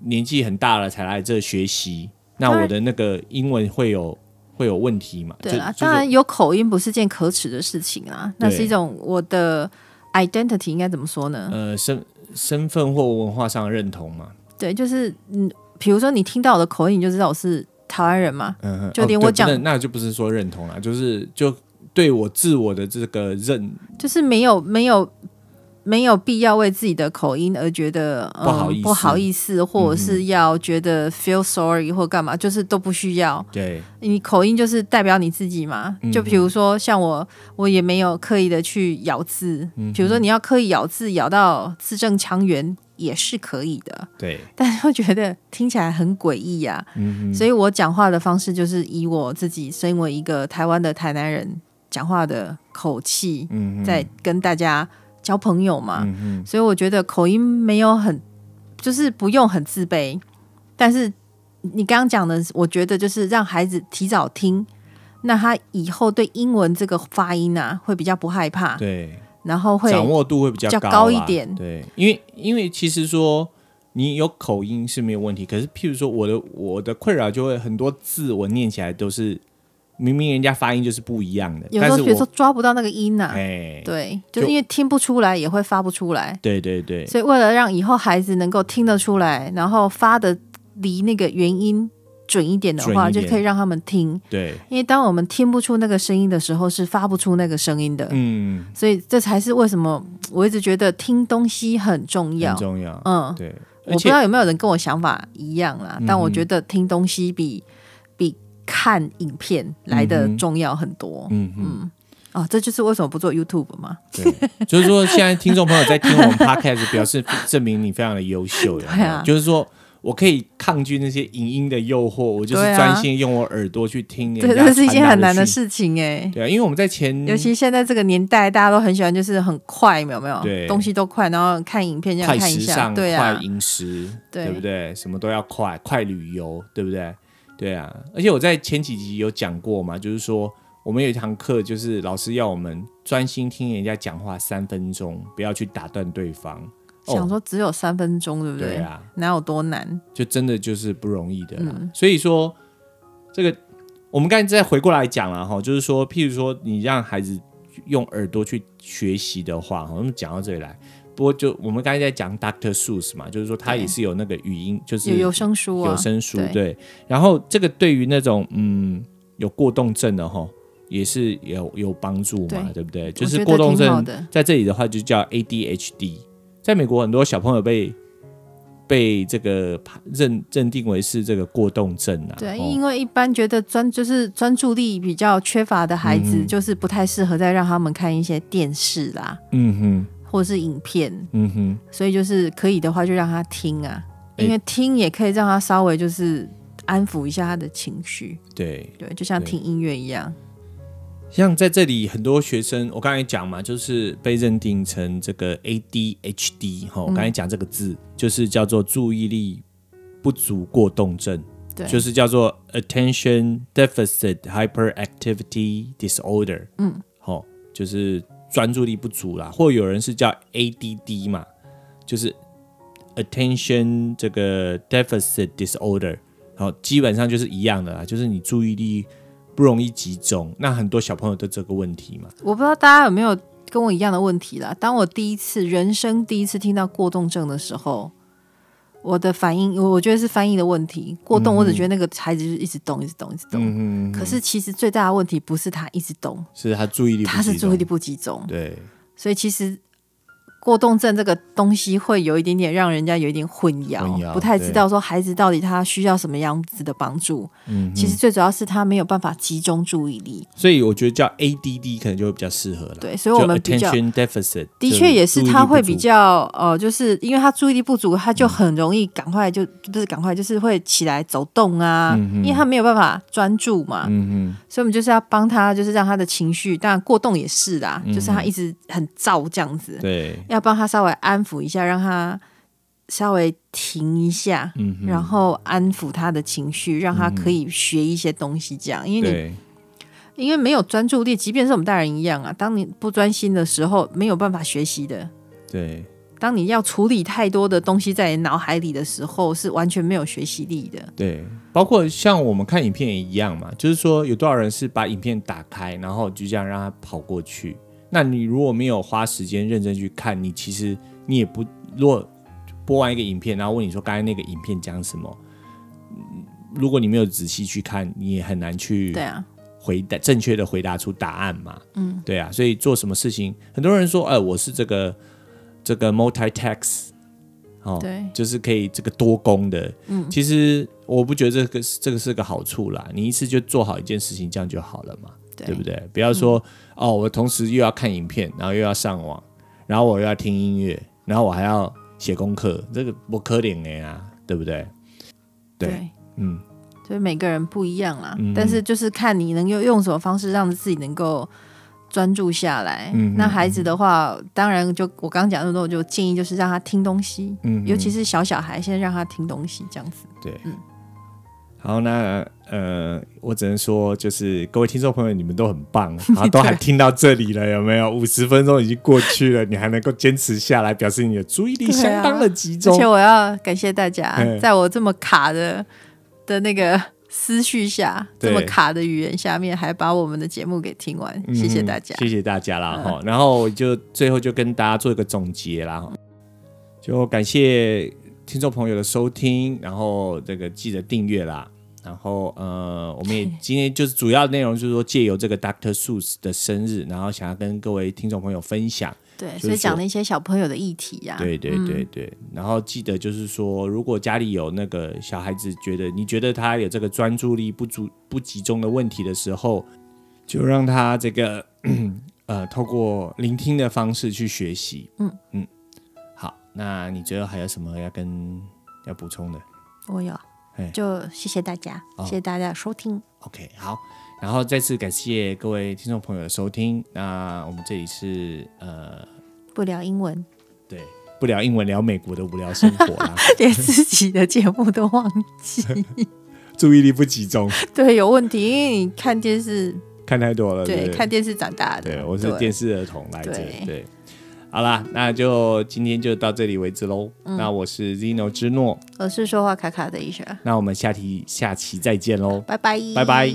Speaker 1: 年纪很大了才来这学习，那
Speaker 2: 当然
Speaker 1: 我的那个英文会有会有问题嘛？
Speaker 2: 对
Speaker 1: 就
Speaker 2: 啦，
Speaker 1: 就是
Speaker 2: 当然有口音不是件可耻的事情啊，那
Speaker 1: 对
Speaker 2: 是一种我的 identity 应该怎么说呢？
Speaker 1: 呃身身份或文化上的认同嘛，
Speaker 2: 对，就是嗯，比如说你听到我的口音，你就知道我是台湾人嘛。
Speaker 1: 嗯哼，
Speaker 2: 就
Speaker 1: 哦
Speaker 2: 连
Speaker 1: 对
Speaker 2: 我
Speaker 1: 不
Speaker 2: 讲
Speaker 1: 能那就不是说认同啦，就是就对我自我的这个认
Speaker 2: 就是没有没有没有必要为自己的口音而觉得、嗯、
Speaker 1: 不好意思嗯
Speaker 2: 不好意思，或者是要觉得 feel sorry 或干嘛，就是都不需要。
Speaker 1: 对
Speaker 2: 你口音就是代表你自己嘛。就比如说像我，我也没有刻意的去咬字，比如说你要刻意咬字，咬到字正腔圆也是可以的，
Speaker 1: 对，
Speaker 2: 但是我觉得听起来很诡异呀、
Speaker 1: 嗯哼，
Speaker 2: 所以我讲话的方式就是以我自己身为一个台湾的台南人讲话的口气，
Speaker 1: 嗯哼，
Speaker 2: 在跟大家交朋友嘛，
Speaker 1: 嗯哼，
Speaker 2: 所以我觉得口音没有很，就是不用很自卑。但是你刚刚讲的，我觉得就是让孩子提早听，那他以后对英文这个发音啊会比较不害怕，
Speaker 1: 对。
Speaker 2: 然后会
Speaker 1: 掌握度会比较
Speaker 2: 比较
Speaker 1: 高
Speaker 2: 高
Speaker 1: 啦
Speaker 2: 一点
Speaker 1: 对，因为因为其实说你有口音是没有问题，可是譬如说我的我的困扰就会很多字我念起来都是明明人家发音就是不一样的，
Speaker 2: 有时
Speaker 1: 但
Speaker 2: 候
Speaker 1: 是
Speaker 2: 比如说
Speaker 1: 我
Speaker 2: 抓不到那个音呐、
Speaker 1: 哎，
Speaker 2: 对，
Speaker 1: 就
Speaker 2: 就是因为听不出来，也会发不出来。
Speaker 1: 对对对
Speaker 2: 所以为了让以后孩子能够听得出来，然后发的离那个元音准一点的
Speaker 1: 准
Speaker 2: 话，
Speaker 1: 一
Speaker 2: 就
Speaker 1: 点
Speaker 2: 可以让他们听。
Speaker 1: 对，
Speaker 2: 因为当我们听不出那个声音的时候，是发不出那个声音的。
Speaker 1: 嗯，
Speaker 2: 所以这才是为什么我一直觉得听东西很重要。
Speaker 1: 很重要，
Speaker 2: 嗯，
Speaker 1: 对，
Speaker 2: 我
Speaker 1: 而
Speaker 2: 不知
Speaker 1: 且
Speaker 2: 道有没有人跟我想法一样啦，
Speaker 1: 嗯
Speaker 2: 但
Speaker 1: 哼
Speaker 2: 我觉得听东西比比看影片来的重要很多。
Speaker 1: 嗯嗯。
Speaker 2: 哦，这就是为什么不做 YouTube 嘛。
Speaker 1: 对， 就是说现在听众朋友在听我们 podcast，表示证明你非常的优秀，有没有
Speaker 2: 对啊
Speaker 1: 就是说我可以抗拒那些影音的诱惑，我就是
Speaker 2: 对啊
Speaker 1: 专心用我耳朵去听人
Speaker 2: 这
Speaker 1: 家
Speaker 2: 这是一件
Speaker 1: 传达
Speaker 2: 很难
Speaker 1: 讯
Speaker 2: 的
Speaker 1: 息
Speaker 2: 事情哎、
Speaker 1: 对啊，因为我们在前
Speaker 2: 尤其现在这个年代，大家都很喜欢，就是很快，有没有？
Speaker 1: 对
Speaker 2: 东西都快，然后看影片这样
Speaker 1: 快
Speaker 2: 看一
Speaker 1: 时
Speaker 2: 下，
Speaker 1: 尚、
Speaker 2: 对
Speaker 1: 快
Speaker 2: 啊，
Speaker 1: 饮食，
Speaker 2: 对
Speaker 1: 不对？什么都要快，快旅游，对不对？对啊，而且我在前几集有讲过嘛，就是说我们有一堂课，就是老师要我们专心听人家讲话三分钟，不要去打断对方。
Speaker 2: 想
Speaker 1: 哦，
Speaker 2: 说只有三分钟，对不
Speaker 1: 对啊，
Speaker 2: 哪有多难？
Speaker 1: 就真的就是不容易的啦。
Speaker 2: 嗯
Speaker 1: 所以说，这个我们刚才再回过来讲了哈，就是说，譬如说你让孩子用耳朵去学习的话，哈，我们讲到这里来。不过就我们刚才在讲 Doctor Seuss 嘛，就是说他
Speaker 2: 对
Speaker 1: 也是有那个语音，就是
Speaker 2: 有有声书啊，
Speaker 1: 有声书
Speaker 2: 对
Speaker 1: 对。然后这个对于那种嗯有过动症的哈，也是有有帮助嘛，
Speaker 2: 对
Speaker 1: 对不对？就
Speaker 2: 我觉
Speaker 1: 是
Speaker 2: 得
Speaker 1: 过动
Speaker 2: 挺好
Speaker 1: 症
Speaker 2: 的
Speaker 1: 在这里的话就叫 ADHD，在美国很多小朋友被被这个认认定为是这个过动症啊，
Speaker 2: 对，
Speaker 1: 哦
Speaker 2: 因为一般觉得专就是专注力比较缺乏的孩子，就是不太适合再让他们看一些电视啦，
Speaker 1: 嗯哼，
Speaker 2: 或是影片，
Speaker 1: 嗯哼，
Speaker 2: 所以就是可以的话就让他听啊，
Speaker 1: 哎
Speaker 2: 因为听也可以让他稍微就是安抚一下他的情绪，
Speaker 1: 对。
Speaker 2: 对，就像
Speaker 1: 对
Speaker 2: 听音乐一样，
Speaker 1: 像在这里很多学生，我刚才讲嘛，就是被认定成这个 ADHD 哈，我刚才讲这个字、就是叫做注意力不足过动症，
Speaker 2: 对，
Speaker 1: 就是叫做 Attention Deficit Hyperactivity Disorder，嗯，好、就是专注力不足啦，或有人是叫 ADD 嘛，就是 Attention 这个 Deficit Disorder，好、基本上就是一样的啦，就是你注意力不容易集中，那很多小朋友都这个问题嘛，
Speaker 2: 我不知道大家有没有跟我一样的问题啦。当我第一次人生第一次听到过动症的时候，我的反应，我我觉得是翻译的问题。过动，我只觉得那个孩子就是一直动，一直动，一直动。
Speaker 1: 嗯哼，
Speaker 2: 可是其实最大的问题不是他一直动，
Speaker 1: 是他注意力不集
Speaker 2: 他
Speaker 1: 中，
Speaker 2: 是注意力不集中。
Speaker 1: 对
Speaker 2: 所以其实过动症这个东西会有一点点让人家有一点混淆，
Speaker 1: 混淆
Speaker 2: 不太知道说孩子到底他需要什么样子的帮助。
Speaker 1: 嗯哼
Speaker 2: 其实最主要是他没有办法集中注意力。
Speaker 1: 所以我觉得叫 ADD 可能就会比较适合了。
Speaker 2: 对，所以我们
Speaker 1: 就
Speaker 2: 比较
Speaker 1: attention deficit，
Speaker 2: 的
Speaker 1: 就
Speaker 2: 确也是
Speaker 1: 注意力
Speaker 2: 他
Speaker 1: 不
Speaker 2: 会
Speaker 1: 足嗯
Speaker 2: 比较呃，就是因为他注意力不足，他就很容易赶快就不是赶快，就是会起来走动啊，因为他没有办法专注嘛，
Speaker 1: 嗯
Speaker 2: 所以我们就是要帮他，就是让他的情绪，当然过动也是啦，
Speaker 1: 嗯
Speaker 2: 就是他一直很躁这样子
Speaker 1: 哼，，对，
Speaker 2: 要帮他稍微安抚一下，让他稍微停一下，
Speaker 1: 嗯哼，嗯
Speaker 2: 然后安抚他的情绪，让他可以学一些东西这样，因为你
Speaker 1: 对
Speaker 2: 因为没有专注力，即便是我们大人一样啊，当你不专心的时候，没有办法学习的。
Speaker 1: 对
Speaker 2: 当你要处理太多的东西在你脑海里的时候，是完全没有学习力的。
Speaker 1: 对，包括像我们看影片也一样嘛，就是说有多少人是把影片打开，然后就这样让它跑过去。那你如果没有花时间认真去看，你其实你也不，如果播完一个影片，然后问你说刚才那个影片讲什么，嗯如果你没有仔细去看，你也很难去
Speaker 2: 对啊，
Speaker 1: 回答正确的回答出答案嘛。嗯，对啊，所以做什么事情，很多人说，哎、我是这个这个 multitask，哦，
Speaker 2: 对
Speaker 1: 就是可以这个多功的。嗯，其实我不觉得这个是这个是个好处啦，你一次就做好一件事情，这样就好了嘛，
Speaker 2: 对嗯
Speaker 1: 不对？不要说、哦，我同时又要看影片，然后又要上网，然后我又要听音乐，然后我还要写功课，这个不可怜的呀，对不对？对嗯，
Speaker 2: 所以每个人不一样啦。
Speaker 1: 嗯
Speaker 2: 但是就是看你能用用什么方式让自己能够专注下来。
Speaker 1: 嗯
Speaker 2: 那孩子的话，当然就我刚刚讲那么多，我就建议就是让他听东西，
Speaker 1: 嗯哼
Speaker 2: 尤其是小小孩，先让他听东西这样子。
Speaker 1: 对，好，那呃，我只能说，就是各位听众朋友，你们都很 棒，然后都还听到这里了，有没有？五十分钟已经过去了，你还能够坚持下来，表示你的注意力
Speaker 2: 对啊
Speaker 1: 相当的集
Speaker 2: 而
Speaker 1: 中
Speaker 2: 且。我要感谢 大家
Speaker 1: 嗯，
Speaker 2: 在我这么卡的的那个 思绪下，
Speaker 1: 对
Speaker 2: 这么卡的语言下面，还把我们的节目给听完，
Speaker 1: 嗯
Speaker 2: 谢谢大家。嗯
Speaker 1: 谢谢大家啦哈。然后我就最后就跟大家做一个总结啦，哈就感谢听众朋友的收听，然后这个记得订阅啦。然后呃，我们 也今天就是主要内容就是说借由这个 Doctor Seuss 的生日，然后想要跟各位听众朋友分享。
Speaker 2: 对，
Speaker 1: 是
Speaker 2: 所以讲了一些小朋友的议题呀、嗯
Speaker 1: 对对对对，然后记得就是说，如果家里有那个小孩子觉得你觉得他有这个专注力不足不集中的问题的时候，就让他这个呃透过聆听的方式去学习。嗯嗯，好，那你最后还有什么要跟要补充的
Speaker 2: 我有
Speaker 1: 嘿，
Speaker 2: 就谢谢大家，
Speaker 1: 哎哦
Speaker 2: 谢谢大家的收听，
Speaker 1: ？OK，好，然后再次感谢各位听众朋友的收听。那我们这里是呃，
Speaker 2: 不聊英文，
Speaker 1: 对，不聊英文，聊美国的无聊生活啦，
Speaker 2: 连自己的节目都忘 记，
Speaker 1: 注意力不集中，
Speaker 2: 对，有问题，因为你看电视，
Speaker 1: 看太多了，对
Speaker 2: 对，
Speaker 1: 不对
Speaker 2: 看电视长大的，
Speaker 1: 对，我是
Speaker 2: 嗯对
Speaker 1: 电视儿童来着。
Speaker 2: 对
Speaker 1: 对，好啦，那就今天就到这里为止喽。
Speaker 2: 嗯
Speaker 1: 那我是 Zeno 之诺，
Speaker 2: 我是说话卡卡的医生，
Speaker 1: 那我们下期下期再见喽。
Speaker 2: 拜拜，
Speaker 1: 拜拜。